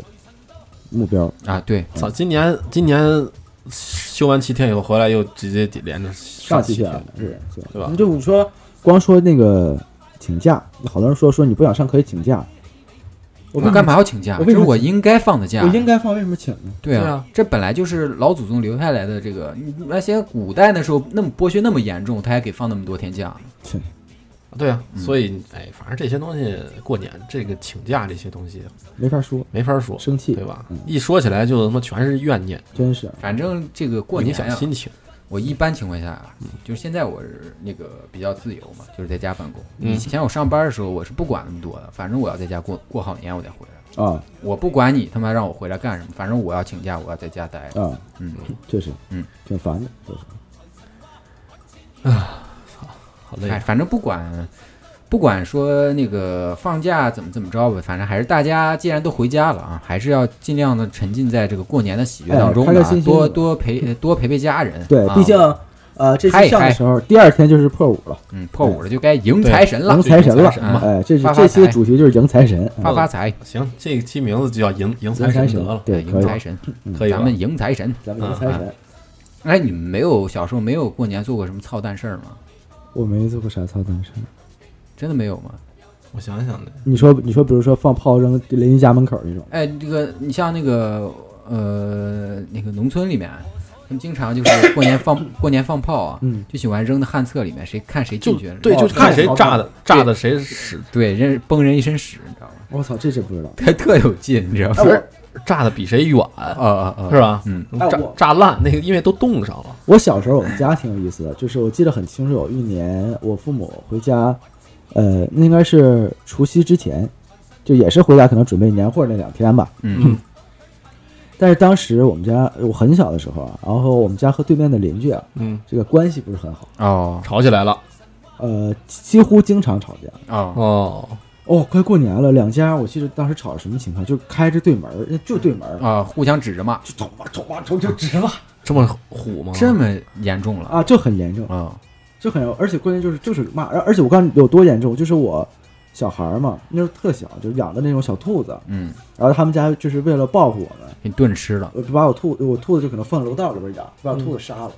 Speaker 3: 目标，
Speaker 4: 啊。对，
Speaker 2: 操，今年今年休完七天以后回来又直接连着上
Speaker 3: 上期
Speaker 2: 天
Speaker 3: 了，对
Speaker 2: 对吧
Speaker 3: 你就你说光说那个请假，好多人说说你不想上可以请假，我
Speaker 4: 我
Speaker 3: 跟
Speaker 4: 干？嘛要请假？
Speaker 3: 我
Speaker 4: 这
Speaker 3: 为什
Speaker 4: 是
Speaker 3: 么
Speaker 4: 我应该放的假
Speaker 3: 我。应该放，为什么请呢？
Speaker 4: 对
Speaker 2: 对
Speaker 4: 啊
Speaker 2: 啊，
Speaker 4: 这本来就是老祖宗留下来的这个。你那些古代那时候那么剥削那么严重，他还给放那么多天假呢。
Speaker 2: 对啊，
Speaker 4: 嗯
Speaker 2: 所以哎，反正这些东西过年这个请假这些东西
Speaker 3: 没法说，
Speaker 2: 没法说，
Speaker 3: 生气
Speaker 2: 对吧
Speaker 3: 嗯？
Speaker 2: 一说起来就他妈全是怨念，
Speaker 3: 真是
Speaker 4: 反正这个过
Speaker 2: 影
Speaker 4: 年
Speaker 2: 响
Speaker 4: 啊，
Speaker 2: 心情。
Speaker 4: 我一般情况下啊，
Speaker 3: 嗯
Speaker 4: 就是现在我是那个比较自由嘛，就是在家办公。
Speaker 2: 嗯
Speaker 4: 以前我上班的时候，我是不管那么多的，反正我要在家过过好年，我再回来。
Speaker 3: 啊
Speaker 4: 我不管你他妈让我回来干什么，反正我要请假，我要在家待着。
Speaker 3: 啊，
Speaker 4: 嗯，
Speaker 3: 确实，
Speaker 4: 嗯，
Speaker 3: 挺烦的，就是
Speaker 2: 好累
Speaker 4: 哎，，反正不管不管说那个放假怎么怎么着吧，反正还是大家既然都回家了啊，还是要尽量的沉浸在这个过年的喜悦当中
Speaker 3: 哎开
Speaker 4: 啊，
Speaker 3: 开心心
Speaker 4: 多
Speaker 3: 的嗯
Speaker 4: 多陪多陪陪家人。
Speaker 3: 对，
Speaker 4: 啊
Speaker 3: 毕竟呃这
Speaker 4: 嗨
Speaker 3: 期上
Speaker 4: 嗨
Speaker 3: 的时候，第二天就是破五了，
Speaker 4: 嗯，破五了就该迎财神了
Speaker 3: 迎，财神了
Speaker 2: 神
Speaker 4: 嘛，
Speaker 3: 哎，这是
Speaker 4: 发发
Speaker 3: 这期的
Speaker 4: 财
Speaker 3: 主题就是迎财神，
Speaker 4: 发
Speaker 3: 啊
Speaker 4: 发财，
Speaker 2: 行，这期名字就叫迎迎财
Speaker 3: 迎
Speaker 2: 神得
Speaker 3: 财神
Speaker 2: 了，，
Speaker 3: 对，可
Speaker 4: 迎哎
Speaker 3: 以，
Speaker 4: 财神，嗯啊
Speaker 2: 可以吧
Speaker 4: 咱？们迎财神。
Speaker 3: 咱们迎
Speaker 2: 嗯
Speaker 3: 财
Speaker 2: 哎
Speaker 3: 神，
Speaker 4: 哎，你们没有小时候没有过年做过什么操蛋事儿吗？
Speaker 3: 我没做过啥操蛋事儿。
Speaker 4: 真的没有吗？
Speaker 2: 我想想呢，
Speaker 3: 你说，你说，比如说放炮扔邻居家门口那种，
Speaker 4: 哎，这个你像那个呃那个农村里面，他们经常就是过年放过年放炮啊，
Speaker 3: 嗯
Speaker 4: 就喜欢扔到旱厕里面，谁看谁进
Speaker 2: 就
Speaker 4: 去了，
Speaker 2: 对，就
Speaker 3: 哦
Speaker 2: 看谁
Speaker 3: 看
Speaker 2: 炸的炸的谁屎，
Speaker 4: 对，扔崩人一身屎，你知道吗？
Speaker 3: 我操，这真不知道。
Speaker 4: 他特有劲，你知道吗
Speaker 2: 不？是炸的比谁远，
Speaker 4: 啊啊啊！
Speaker 2: 是吧？
Speaker 4: 哎嗯，
Speaker 3: 哎
Speaker 2: 炸
Speaker 3: 我
Speaker 2: 炸烂那个，因为都冻上了。
Speaker 3: 我小时候我们家挺有意思的，就是我记得很清楚，有一年我父母回家，呃，那应该是除夕之前，就也是回家可能准备年货那两天吧。
Speaker 4: 嗯
Speaker 3: 但是当时我们家我很小的时候啊，然后我们家和对面的邻居啊，
Speaker 2: 嗯，
Speaker 3: 这个关系不是很好，
Speaker 4: 哦
Speaker 2: 吵起来了。
Speaker 3: 呃，几乎经常吵架。
Speaker 4: 哦，
Speaker 2: 哦，
Speaker 3: 哦，快过年了，两家我记得当时吵什么情况，就开着对门儿，就对门儿，
Speaker 4: 啊，互相指着骂，
Speaker 3: 就走吧走吧走就直了
Speaker 2: 这么虎吗？
Speaker 4: 这么严重了
Speaker 3: 啊，就很严重。
Speaker 4: 啊
Speaker 2: 哦
Speaker 3: 就很，而且关键就是就是骂，而而且我告诉你有多严重，就是我小孩儿嘛，那时候特小，就是养的那种小兔子，
Speaker 4: 嗯，
Speaker 3: 然后他们家就是为了报复我们，
Speaker 4: 给你炖吃了，
Speaker 3: 我就把我兔我兔子就可能放楼道里边养，把我兔子杀了，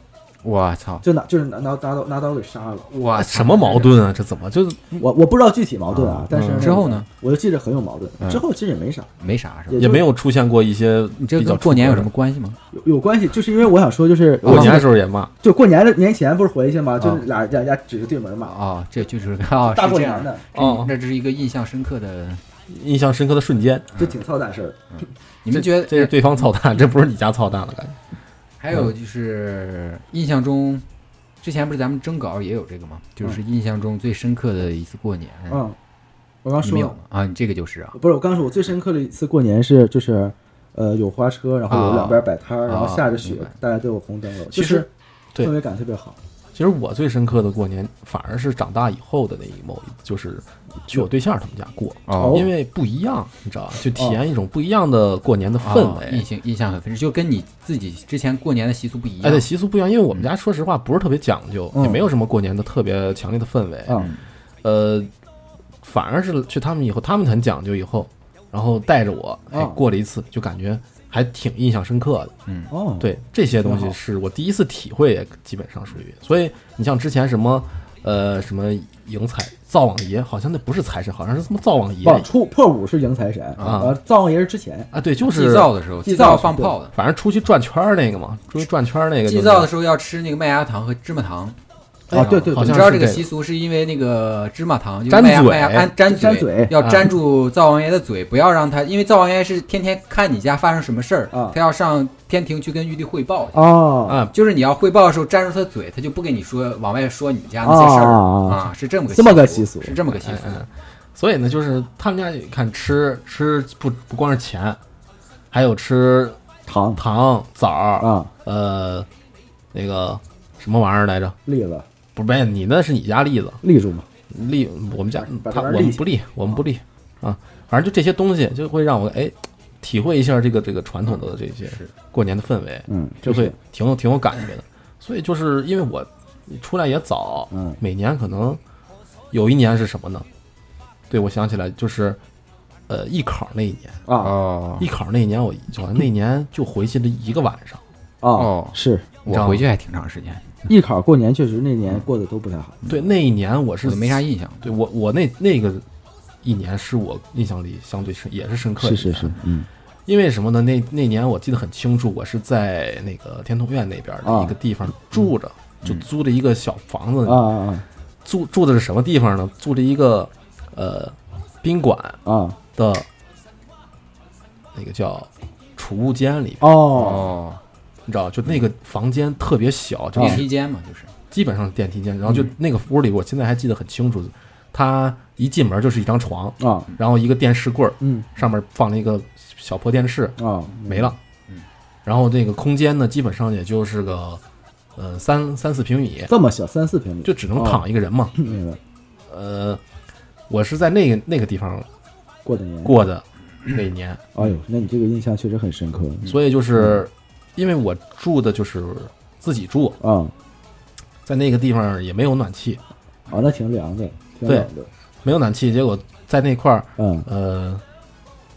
Speaker 4: 我操，
Speaker 3: 就拿就是拿拿拿刀拿刀给杀了。
Speaker 4: 我
Speaker 2: 哎什么矛？盾嗯啊？这怎么就
Speaker 3: 我我不知道具体矛盾啊，但是那个
Speaker 4: 嗯之后呢，
Speaker 3: 我就记着很有矛盾。
Speaker 4: 嗯
Speaker 3: 之后其实也没啥，
Speaker 4: 没啥是吧
Speaker 3: 也？
Speaker 2: 也没有出现过一些
Speaker 4: 你这
Speaker 2: 比较
Speaker 4: 跟过年有什么关系吗？
Speaker 3: 有有关系，就是因为我想说，就是
Speaker 2: 出格的？过年的
Speaker 3: 就
Speaker 2: 时候也骂，
Speaker 3: 就过年的年前不是回去嘛，就
Speaker 4: 啊
Speaker 3: 是俩俩俩指着对门嘛，
Speaker 4: 哦，这就是哦，
Speaker 3: 大
Speaker 4: 是
Speaker 3: 过
Speaker 4: 这样
Speaker 3: 年的，
Speaker 2: 哦
Speaker 4: 这这是一个印象深刻的。
Speaker 2: 印象深刻的瞬间。
Speaker 3: 就挺操蛋事儿。
Speaker 4: 你们
Speaker 2: 这
Speaker 4: 觉得哎
Speaker 3: 嗯
Speaker 2: 这是对方操蛋， 这不是你家操蛋了，感觉。
Speaker 4: 还有就是印象中，之前不是咱们征稿也有这个吗？
Speaker 2: 嗯
Speaker 4: 就是印象中最深刻的一次过
Speaker 2: 啊
Speaker 4: 年，
Speaker 3: 嗯，我刚
Speaker 4: 你
Speaker 3: 说
Speaker 4: 们有
Speaker 3: 了
Speaker 4: 吗？啊，你这个就是啊，
Speaker 3: 不是，我刚说，我最深刻的一次过年是就是，呃，有花车，然后有
Speaker 4: 啊
Speaker 3: 两边摆摊儿，然后
Speaker 4: 啊
Speaker 3: 下着雪
Speaker 4: 明白，
Speaker 3: 大家都有红灯笼，
Speaker 2: 其
Speaker 3: 就
Speaker 2: 实
Speaker 3: 是
Speaker 2: 对
Speaker 3: 氛围感特别好。
Speaker 2: 其实我最深刻的过年，反而是长大以后的那一某一，就是去我对象他们家过，
Speaker 4: 哦
Speaker 2: 因为不一样，你知道吧？就体验一种不一样的过年的氛
Speaker 4: 哦
Speaker 2: 围。
Speaker 4: 印象印象很分，就跟你自己之前过年的习俗不一
Speaker 2: 哎，
Speaker 4: 样
Speaker 2: 对，。习俗不一样，因为我们家说实话不是特别讲究，
Speaker 3: 嗯
Speaker 2: 也没有什么过年的特别强烈的氛围。
Speaker 3: 嗯
Speaker 2: 呃，反而是去他们以后，他们很讲究，以后然后带着我，哎
Speaker 3: 嗯，
Speaker 2: 过了一次就感觉还挺印象深刻的。
Speaker 4: 嗯
Speaker 3: 哦，，
Speaker 2: 对这些东
Speaker 3: 挺
Speaker 2: 西
Speaker 3: 好
Speaker 2: 是我第一次体会，也基本上属于。所以你像之前什么，呃，什么迎财灶王爷，好像那不是财神，好像是什么灶王爷
Speaker 3: 忘了初破五是迎财神
Speaker 2: 啊
Speaker 3: 呃灶王爷是之前，
Speaker 2: 啊，对，就
Speaker 4: 祭
Speaker 2: 是
Speaker 4: 灶的时候，
Speaker 3: 祭
Speaker 4: 灶
Speaker 3: 灶
Speaker 4: 放
Speaker 3: 是
Speaker 4: 炮的，
Speaker 2: 反正出去转圈儿那个嘛，出去转圈儿那个、就是。
Speaker 4: 祭灶的时候要吃那个麦芽糖和芝麻糖。
Speaker 3: 啊对对对
Speaker 4: 你
Speaker 2: 哎好像
Speaker 4: 知道
Speaker 2: 是
Speaker 4: 这个
Speaker 2: 这个
Speaker 4: 习俗是因为那个芝麻糖，就是
Speaker 2: 粘
Speaker 4: 麦芽
Speaker 2: 嘴
Speaker 4: 麦芽安粘
Speaker 3: 粘嘴
Speaker 4: 要
Speaker 2: 啊
Speaker 4: 粘住灶王爷的嘴，不要让他，因为灶王爷是天天看你家发生什么事儿
Speaker 3: 啊，
Speaker 4: 他要上天庭去跟玉帝汇报去。
Speaker 3: 哦，
Speaker 2: 啊，
Speaker 4: 就是你要汇报的时候粘住他的嘴，他就不跟你说往外说你们家那些事儿
Speaker 3: 啊啊
Speaker 4: 啊，是这么个
Speaker 3: 这么个习俗
Speaker 4: 是这么个习
Speaker 2: 哎
Speaker 4: 俗。
Speaker 2: 嗯，所以呢，就是他们家你看吃吃不不光是钱，还有吃
Speaker 3: 糖
Speaker 2: 糖枣儿
Speaker 3: 啊，
Speaker 2: 呃，那个什么玩意儿来着？
Speaker 3: 栗子
Speaker 2: 不是，你那是你家栗子，
Speaker 3: 栗子嘛，
Speaker 2: 立我们家
Speaker 3: 嗯
Speaker 2: 嗯
Speaker 3: 把
Speaker 2: 他
Speaker 3: 把这
Speaker 2: 我
Speaker 3: 边立
Speaker 2: 们
Speaker 3: 起哦
Speaker 2: 不立，我们不立啊，反正就这些东西就会让我哎体会一下这个这个传统的这些过年的氛围，
Speaker 3: 嗯，
Speaker 2: 就
Speaker 3: 这
Speaker 2: 会
Speaker 3: 是
Speaker 2: 挺有挺有感觉的。所以就是因为我出来也早，
Speaker 3: 嗯
Speaker 2: 每年可能有一年是什么呢？对，我想起来就是呃艺考那一年，
Speaker 3: 啊
Speaker 4: 哦
Speaker 2: 艺考那一年我好像那年就回去了一个晚上，
Speaker 3: 哦
Speaker 4: 哦
Speaker 3: 是
Speaker 4: 我回去还挺长时间，
Speaker 3: 艺考过年确实那年过得都不太好，
Speaker 2: 对，那一年我是
Speaker 4: 我都没啥印象。
Speaker 2: 对我我那那个一年是我印象里相对深也是深刻的
Speaker 3: 是
Speaker 2: 一
Speaker 3: 是
Speaker 2: 年，
Speaker 3: 是，嗯
Speaker 2: 因为什么呢？那那年我记得很清楚，我是在那个天通苑那边的一个地方住着，就租了一个小房子。
Speaker 3: 啊啊
Speaker 2: 住住的是什么地方呢？住着一个呃宾馆
Speaker 3: 啊啊
Speaker 2: 的那个叫储物间里，
Speaker 3: 哦
Speaker 4: 哦，
Speaker 2: 你知道，就那个房间特别小，就
Speaker 4: 电
Speaker 2: 是
Speaker 4: 梯间嘛，就是
Speaker 2: 基本上是电梯间。然后就那个屋里，我现在还记得很清楚，它一进门就是一张床，
Speaker 3: 啊
Speaker 2: 然后一个电视柜儿，
Speaker 3: 嗯
Speaker 2: 上面放了一个小破电视，
Speaker 3: 啊
Speaker 2: 没了。
Speaker 4: 嗯，
Speaker 2: 然后这个空间呢，基本上也就是个，呃，三三四平米，
Speaker 3: 这么小三四平米
Speaker 2: 就只
Speaker 4: 哦
Speaker 2: 能躺一个人嘛。
Speaker 3: 明白
Speaker 2: 呃，我是在那个那个地方
Speaker 3: 过的年
Speaker 2: 过的
Speaker 4: 嗯
Speaker 2: 那一年，
Speaker 3: 哎呦，那你这个印象确实很深刻
Speaker 2: 所以
Speaker 4: 嗯
Speaker 2: 就是因为我住的就是自己住，
Speaker 3: 啊！
Speaker 2: 在那个地方也没有暖气，
Speaker 3: 哦，那挺凉的，挺冷的。
Speaker 2: 没有暖气，结果在那块儿，
Speaker 3: 嗯，
Speaker 2: 呃，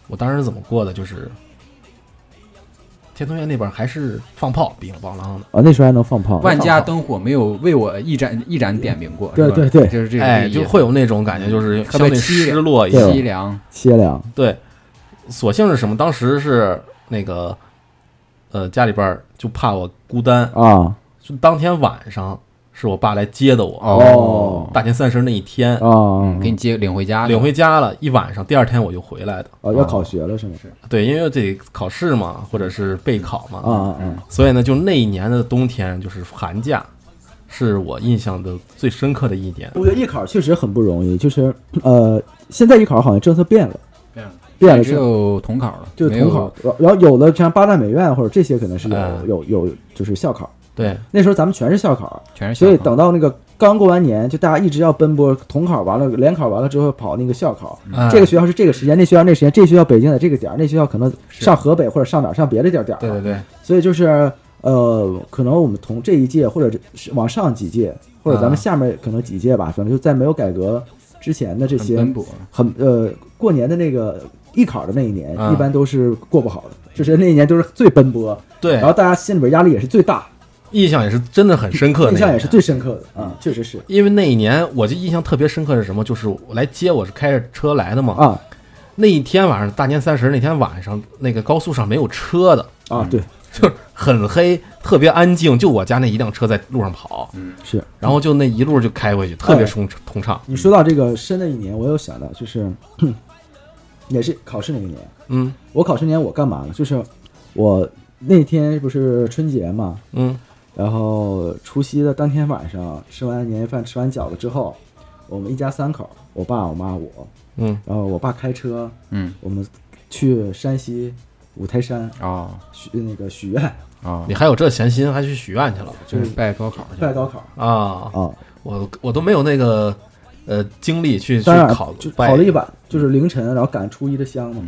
Speaker 2: 我当时是怎么过的？就是天通苑那边还是放炮，乒了乓啷的。
Speaker 3: 啊，那时候还能放炮，
Speaker 4: 万家灯火没有为我一盏一盏点明过，
Speaker 3: 对
Speaker 4: 是吧
Speaker 3: 对对
Speaker 4: 就是这个
Speaker 2: 哎，
Speaker 4: 意义
Speaker 2: 就会有那种感觉，就是
Speaker 4: 特
Speaker 2: 相
Speaker 4: 别
Speaker 2: 对
Speaker 4: 凄
Speaker 2: 失
Speaker 4: 凉
Speaker 2: 落一
Speaker 3: 对
Speaker 2: 些。
Speaker 4: 凄凉，
Speaker 3: 歇凉
Speaker 2: 对，所幸是什么？当时是那个，呃，家里边儿就怕我孤单，
Speaker 3: 啊
Speaker 2: 就当天晚上是我爸来接的我，
Speaker 3: 哦
Speaker 2: 大年三十那一天、
Speaker 3: 啊！
Speaker 4: 嗯给你接领回家，
Speaker 2: 领回家了，一晚上，第二天我就回来的。
Speaker 3: 啊，要考学了是吗？
Speaker 2: 对，因为得考试嘛，或者是备考嘛，
Speaker 3: 啊啊
Speaker 4: 嗯
Speaker 3: 啊！
Speaker 2: 所以呢，就那一年的冬天，就是寒假，是我印象的最深刻的一年。
Speaker 3: 我觉得艺考确实很不容易，就是呃，现在艺考好像政策变了，
Speaker 4: 这样
Speaker 3: 变了
Speaker 4: 只
Speaker 3: 就
Speaker 4: 有统考了，
Speaker 3: 就
Speaker 4: 没
Speaker 3: 统
Speaker 4: 有啊
Speaker 3: 考，然后有的像八大美院或者这些可能是有
Speaker 2: 嗯
Speaker 3: 有有就是校考，
Speaker 2: 对，
Speaker 3: 那时候咱们全是校考，
Speaker 4: 全是
Speaker 3: 所以
Speaker 4: 小考
Speaker 3: 等到那个刚过完年，就大家一直要奔波统考完了，联考完了之后跑那个校考，
Speaker 2: 嗯
Speaker 3: 这个学校是这个时间，那学校那时间，这学校北京的这个点儿，那学校可能上河北或者上哪儿上别的地儿点儿。
Speaker 2: 对对对，
Speaker 3: 所以就是呃，可能我们从
Speaker 2: 嗯
Speaker 3: 这一届或者是往上几届，或者咱们下面可能几届吧，反正就在没有改革之前的这
Speaker 4: 很
Speaker 3: 些
Speaker 4: 奔波，
Speaker 3: 很呃过年的那个艺考的那一年，
Speaker 2: 嗯
Speaker 3: 一般都是过不好的，就是那一年都是最奔波，
Speaker 2: 对
Speaker 3: 然，后大家心里边压力也是最大，
Speaker 2: 印象也是真的很深刻那一年，嗯
Speaker 3: 印象也是最深刻的啊，确实是
Speaker 2: 因为那一年我就印象特别深刻是什么？就是我来接我是开着车来的嘛。
Speaker 3: 啊
Speaker 2: 那一天晚上，大年三十那天晚上，那个高速上没有车的，
Speaker 3: 啊，对，
Speaker 2: 就是很黑，特别安静，就我家那一辆车在路上跑，
Speaker 3: 是。
Speaker 2: 然后就那一路就开回去，特别通通畅。
Speaker 3: 你说到这个深的一年，我有想到，就是 也是考试那一年，
Speaker 2: 嗯
Speaker 3: 我考试那年我干嘛呢？就是我那天不是春节嘛，
Speaker 2: 嗯
Speaker 3: 然后除夕的当天晚上吃完年夜饭，吃完饺子之后，我们一家三口，我爸、我妈、我，
Speaker 2: 嗯，
Speaker 3: 然后我爸开车，
Speaker 4: 嗯，
Speaker 3: 我们去山西五台山
Speaker 4: 哦
Speaker 3: 许那个许愿
Speaker 4: 哦
Speaker 2: 你，还有这闲心，还去许愿去了
Speaker 4: 就是拜高考去
Speaker 3: 拜
Speaker 4: 了，
Speaker 3: 高考
Speaker 2: 啊？
Speaker 3: 啊，
Speaker 2: 我我都没有那个呃精力去去
Speaker 3: 当然
Speaker 2: 考
Speaker 3: 就
Speaker 2: 拜
Speaker 3: 跑了一晚，就是凌晨，然后赶初一的香嘛，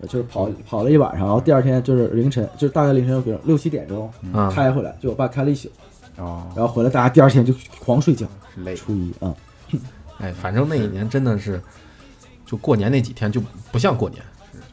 Speaker 3: 呃就是跑跑了一晚上，然后第二天就是凌晨，就是大概凌晨比如六七点钟、
Speaker 2: 嗯
Speaker 3: 开回来，就我爸开了一宿，
Speaker 4: 哦，
Speaker 3: 然后回来大家第二天就狂睡觉，
Speaker 4: 是累，
Speaker 3: 初一啊、
Speaker 2: 哎，反正那一年真的是，就过年那几天就不像过年，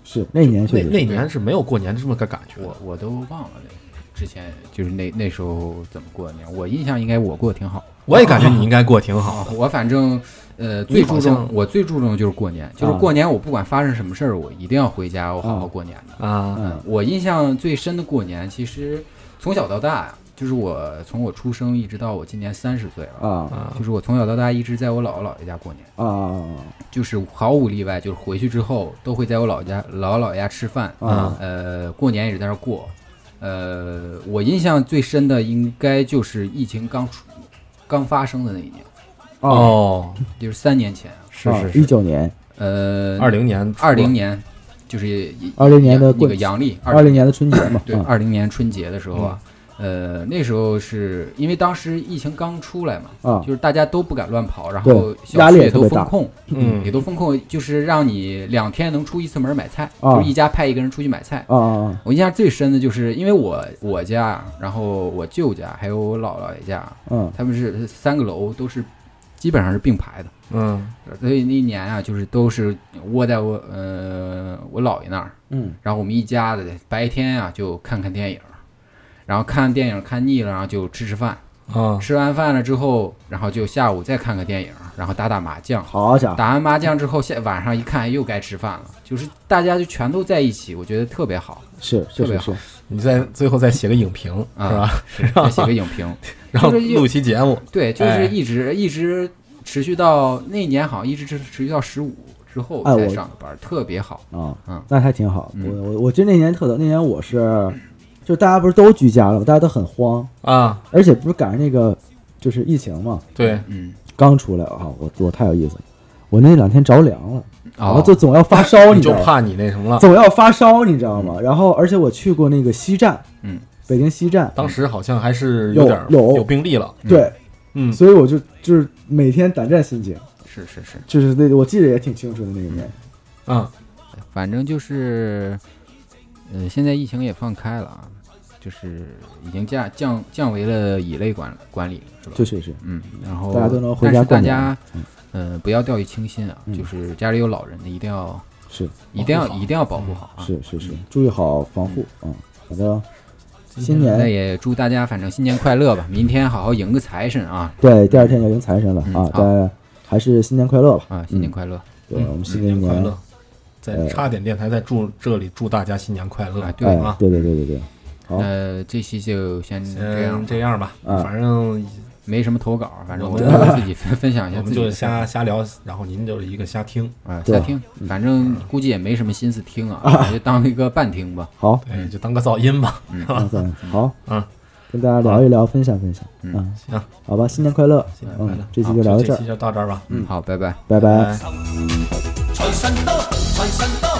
Speaker 3: 是那一年
Speaker 2: 那
Speaker 3: 确实
Speaker 2: 那年是没有过年这么个感觉
Speaker 4: 我我都忘了那之前就是那那时候怎么过的年，我印象应该我过得挺好。
Speaker 2: 我也感觉你应该过挺好的。
Speaker 4: 我反正呃
Speaker 2: 哦你
Speaker 4: 最
Speaker 2: 好
Speaker 4: 注
Speaker 2: 像
Speaker 4: 重我最注重就是过年，就是过年我不管发生什么事儿，我一定要回家，我好好过年的。
Speaker 2: 啊，
Speaker 3: 嗯
Speaker 4: 我印象最深的过年，其实从小到大呀，就是我从我出生一直到我今年三十岁了，
Speaker 3: 啊
Speaker 4: 就是我从小到大一直在我姥姥姥爷家过年，
Speaker 3: 啊啊
Speaker 4: 就是毫无例外，就是回去之后都会在我姥家姥姥姥爷家吃饭，
Speaker 3: 啊
Speaker 4: 呃，过年也是在那儿过。呃，我印象最深的应该就是疫情刚出刚发生的那一年，
Speaker 3: 啊！
Speaker 2: 哦，
Speaker 4: 就是三年前啊，
Speaker 2: 是是
Speaker 3: 一
Speaker 2: 是，
Speaker 3: 九年、
Speaker 4: 呃，
Speaker 2: 二零年
Speaker 4: 二零年就是一
Speaker 3: 二零年的
Speaker 4: 那
Speaker 3: 过
Speaker 4: 个阳历
Speaker 3: 二零年的春节嘛，
Speaker 4: 对，
Speaker 3: 啊
Speaker 4: 二零年春节的时候啊，
Speaker 3: 嗯
Speaker 4: 呃，那时候是因为当时疫情刚出来嘛，
Speaker 3: 啊
Speaker 4: 就是大家都不敢乱跑，然
Speaker 3: 对
Speaker 4: 后小
Speaker 3: 压力
Speaker 4: 区
Speaker 3: 也
Speaker 4: 也
Speaker 3: 特
Speaker 4: 都
Speaker 3: 别
Speaker 4: 封
Speaker 3: 大
Speaker 4: 控，
Speaker 2: 嗯
Speaker 4: 也都封控，就是让你两天能出一次门买菜，
Speaker 3: 啊
Speaker 4: 就是一家派一个人出去买菜。
Speaker 3: 啊啊
Speaker 4: 我印象最深的就是，因为我我家，然后我舅家，还有我姥姥爷家，
Speaker 3: 嗯
Speaker 4: 他们是三个楼都是基本上是并排的，
Speaker 2: 嗯
Speaker 4: 所以那一年啊，就是都是窝在我呃我姥爷那儿，
Speaker 3: 嗯
Speaker 4: 然后我们一家子白天啊就看看电影，然后看电影看腻了，然后就吃吃饭，
Speaker 2: 啊
Speaker 4: 吃完饭了之后，然后就下午再看个电影，然后打打麻将。
Speaker 3: 好家伙
Speaker 4: 打完麻将之后，下晚上一看又该吃饭了，就是大家就全都在一起，我觉得特别好，
Speaker 3: 是确
Speaker 4: 特别
Speaker 3: 实
Speaker 4: 好
Speaker 3: 是
Speaker 2: 你再最后再写个影评是
Speaker 4: 啊
Speaker 2: 吧？
Speaker 4: 再写个影评。
Speaker 2: 然后
Speaker 4: 就是又
Speaker 2: 录期节目，
Speaker 4: 对，就
Speaker 2: 哎
Speaker 4: 是一直一直持续到那年，好像一直持持续到十五之后
Speaker 3: 哎
Speaker 4: 才
Speaker 3: 我
Speaker 4: 上的班儿，特别好。
Speaker 3: 啊
Speaker 4: 嗯，
Speaker 3: 那还挺好。
Speaker 4: 嗯
Speaker 3: 我我我记得那年特逗，那年我是就大家不是都居家了嘛，大家都很慌，
Speaker 2: 啊，
Speaker 3: 而且不是赶上那个就是疫情嘛，
Speaker 2: 对，
Speaker 4: 嗯，
Speaker 3: 刚出来啊，我我太有意思了，我那两天着凉了，然后
Speaker 4: 哦，
Speaker 3: 就总要发 烧，
Speaker 2: 你
Speaker 3: 知
Speaker 2: 就
Speaker 3: 道吗？
Speaker 2: 怕你那什么了。
Speaker 3: 总要发烧，你知道吗？然后而且我去过那个西站，
Speaker 4: 嗯，
Speaker 3: 北京西站，
Speaker 2: 当时好像还是
Speaker 3: 有
Speaker 2: 点儿
Speaker 3: 有
Speaker 2: 有病例了，
Speaker 3: 对，
Speaker 2: 嗯
Speaker 3: 所以我就就是每天胆战心惊，
Speaker 4: 是是是，
Speaker 3: 就是那我记得也挺清楚的那一年，
Speaker 2: 啊，
Speaker 4: 反正就是，呃，现在疫情也放开了啊，就是已经降降降为了乙类管管理了，是吧？
Speaker 3: 确实是
Speaker 4: 嗯，然后
Speaker 3: 大家都能回
Speaker 4: 但
Speaker 3: 家
Speaker 4: 是
Speaker 3: 过
Speaker 4: 大
Speaker 3: 年
Speaker 4: 家
Speaker 3: 嗯，
Speaker 4: 呃，不要掉以轻心啊，
Speaker 3: 嗯
Speaker 4: 就是家里有老人的一定要
Speaker 3: 是
Speaker 4: 一定要
Speaker 2: 好嗯
Speaker 4: 一定要保护好啊。
Speaker 3: 是是是，注意好防护啊。好的，新
Speaker 4: 那
Speaker 3: 年
Speaker 4: 也祝大家反正新年快乐吧，明天好好迎个财神啊
Speaker 3: 对，第二天要迎财神了
Speaker 4: 嗯
Speaker 3: 啊，
Speaker 4: 好
Speaker 3: 大家还是新年快乐吧。
Speaker 4: 啊，新年
Speaker 3: 嗯
Speaker 4: 快乐、
Speaker 3: 对，我们
Speaker 2: 嗯
Speaker 3: 新
Speaker 2: 新
Speaker 3: 的一
Speaker 2: 年快
Speaker 3: 年
Speaker 2: 乐！在差点电台在祝这里祝大家新年快乐
Speaker 4: 啊，对
Speaker 3: 哎
Speaker 2: 啊，！
Speaker 3: 对对对对对，好，
Speaker 4: 呃，这期就先这样
Speaker 2: 先
Speaker 4: 吧，
Speaker 2: 这样吧，
Speaker 3: 嗯
Speaker 2: 反正
Speaker 4: 没什么投稿，反正我
Speaker 2: 我们
Speaker 4: 们自己分 分享一
Speaker 2: 我
Speaker 4: 下自
Speaker 2: 们
Speaker 4: 己
Speaker 2: 就
Speaker 4: 的想
Speaker 2: 瞎瞎聊，然后您就是一个瞎听，
Speaker 4: 法啊，
Speaker 3: 对
Speaker 4: 瞎听，
Speaker 2: 嗯
Speaker 4: 反正估计也没什么心思听 啊，就当一个半听吧。
Speaker 3: 好，
Speaker 2: 对，就当个噪音吧。
Speaker 3: 那咱好，
Speaker 2: 嗯，
Speaker 3: 跟大家聊一聊，分享分享，嗯，
Speaker 2: 行，
Speaker 3: 好吧，新年快乐，
Speaker 2: 新年快乐
Speaker 3: 嗯，这期就聊到这
Speaker 2: 这
Speaker 3: 儿
Speaker 4: 嗯
Speaker 2: 期，就到这儿吧，
Speaker 4: 嗯，好，拜拜。
Speaker 3: 拜拜。
Speaker 1: 财神到，财神到，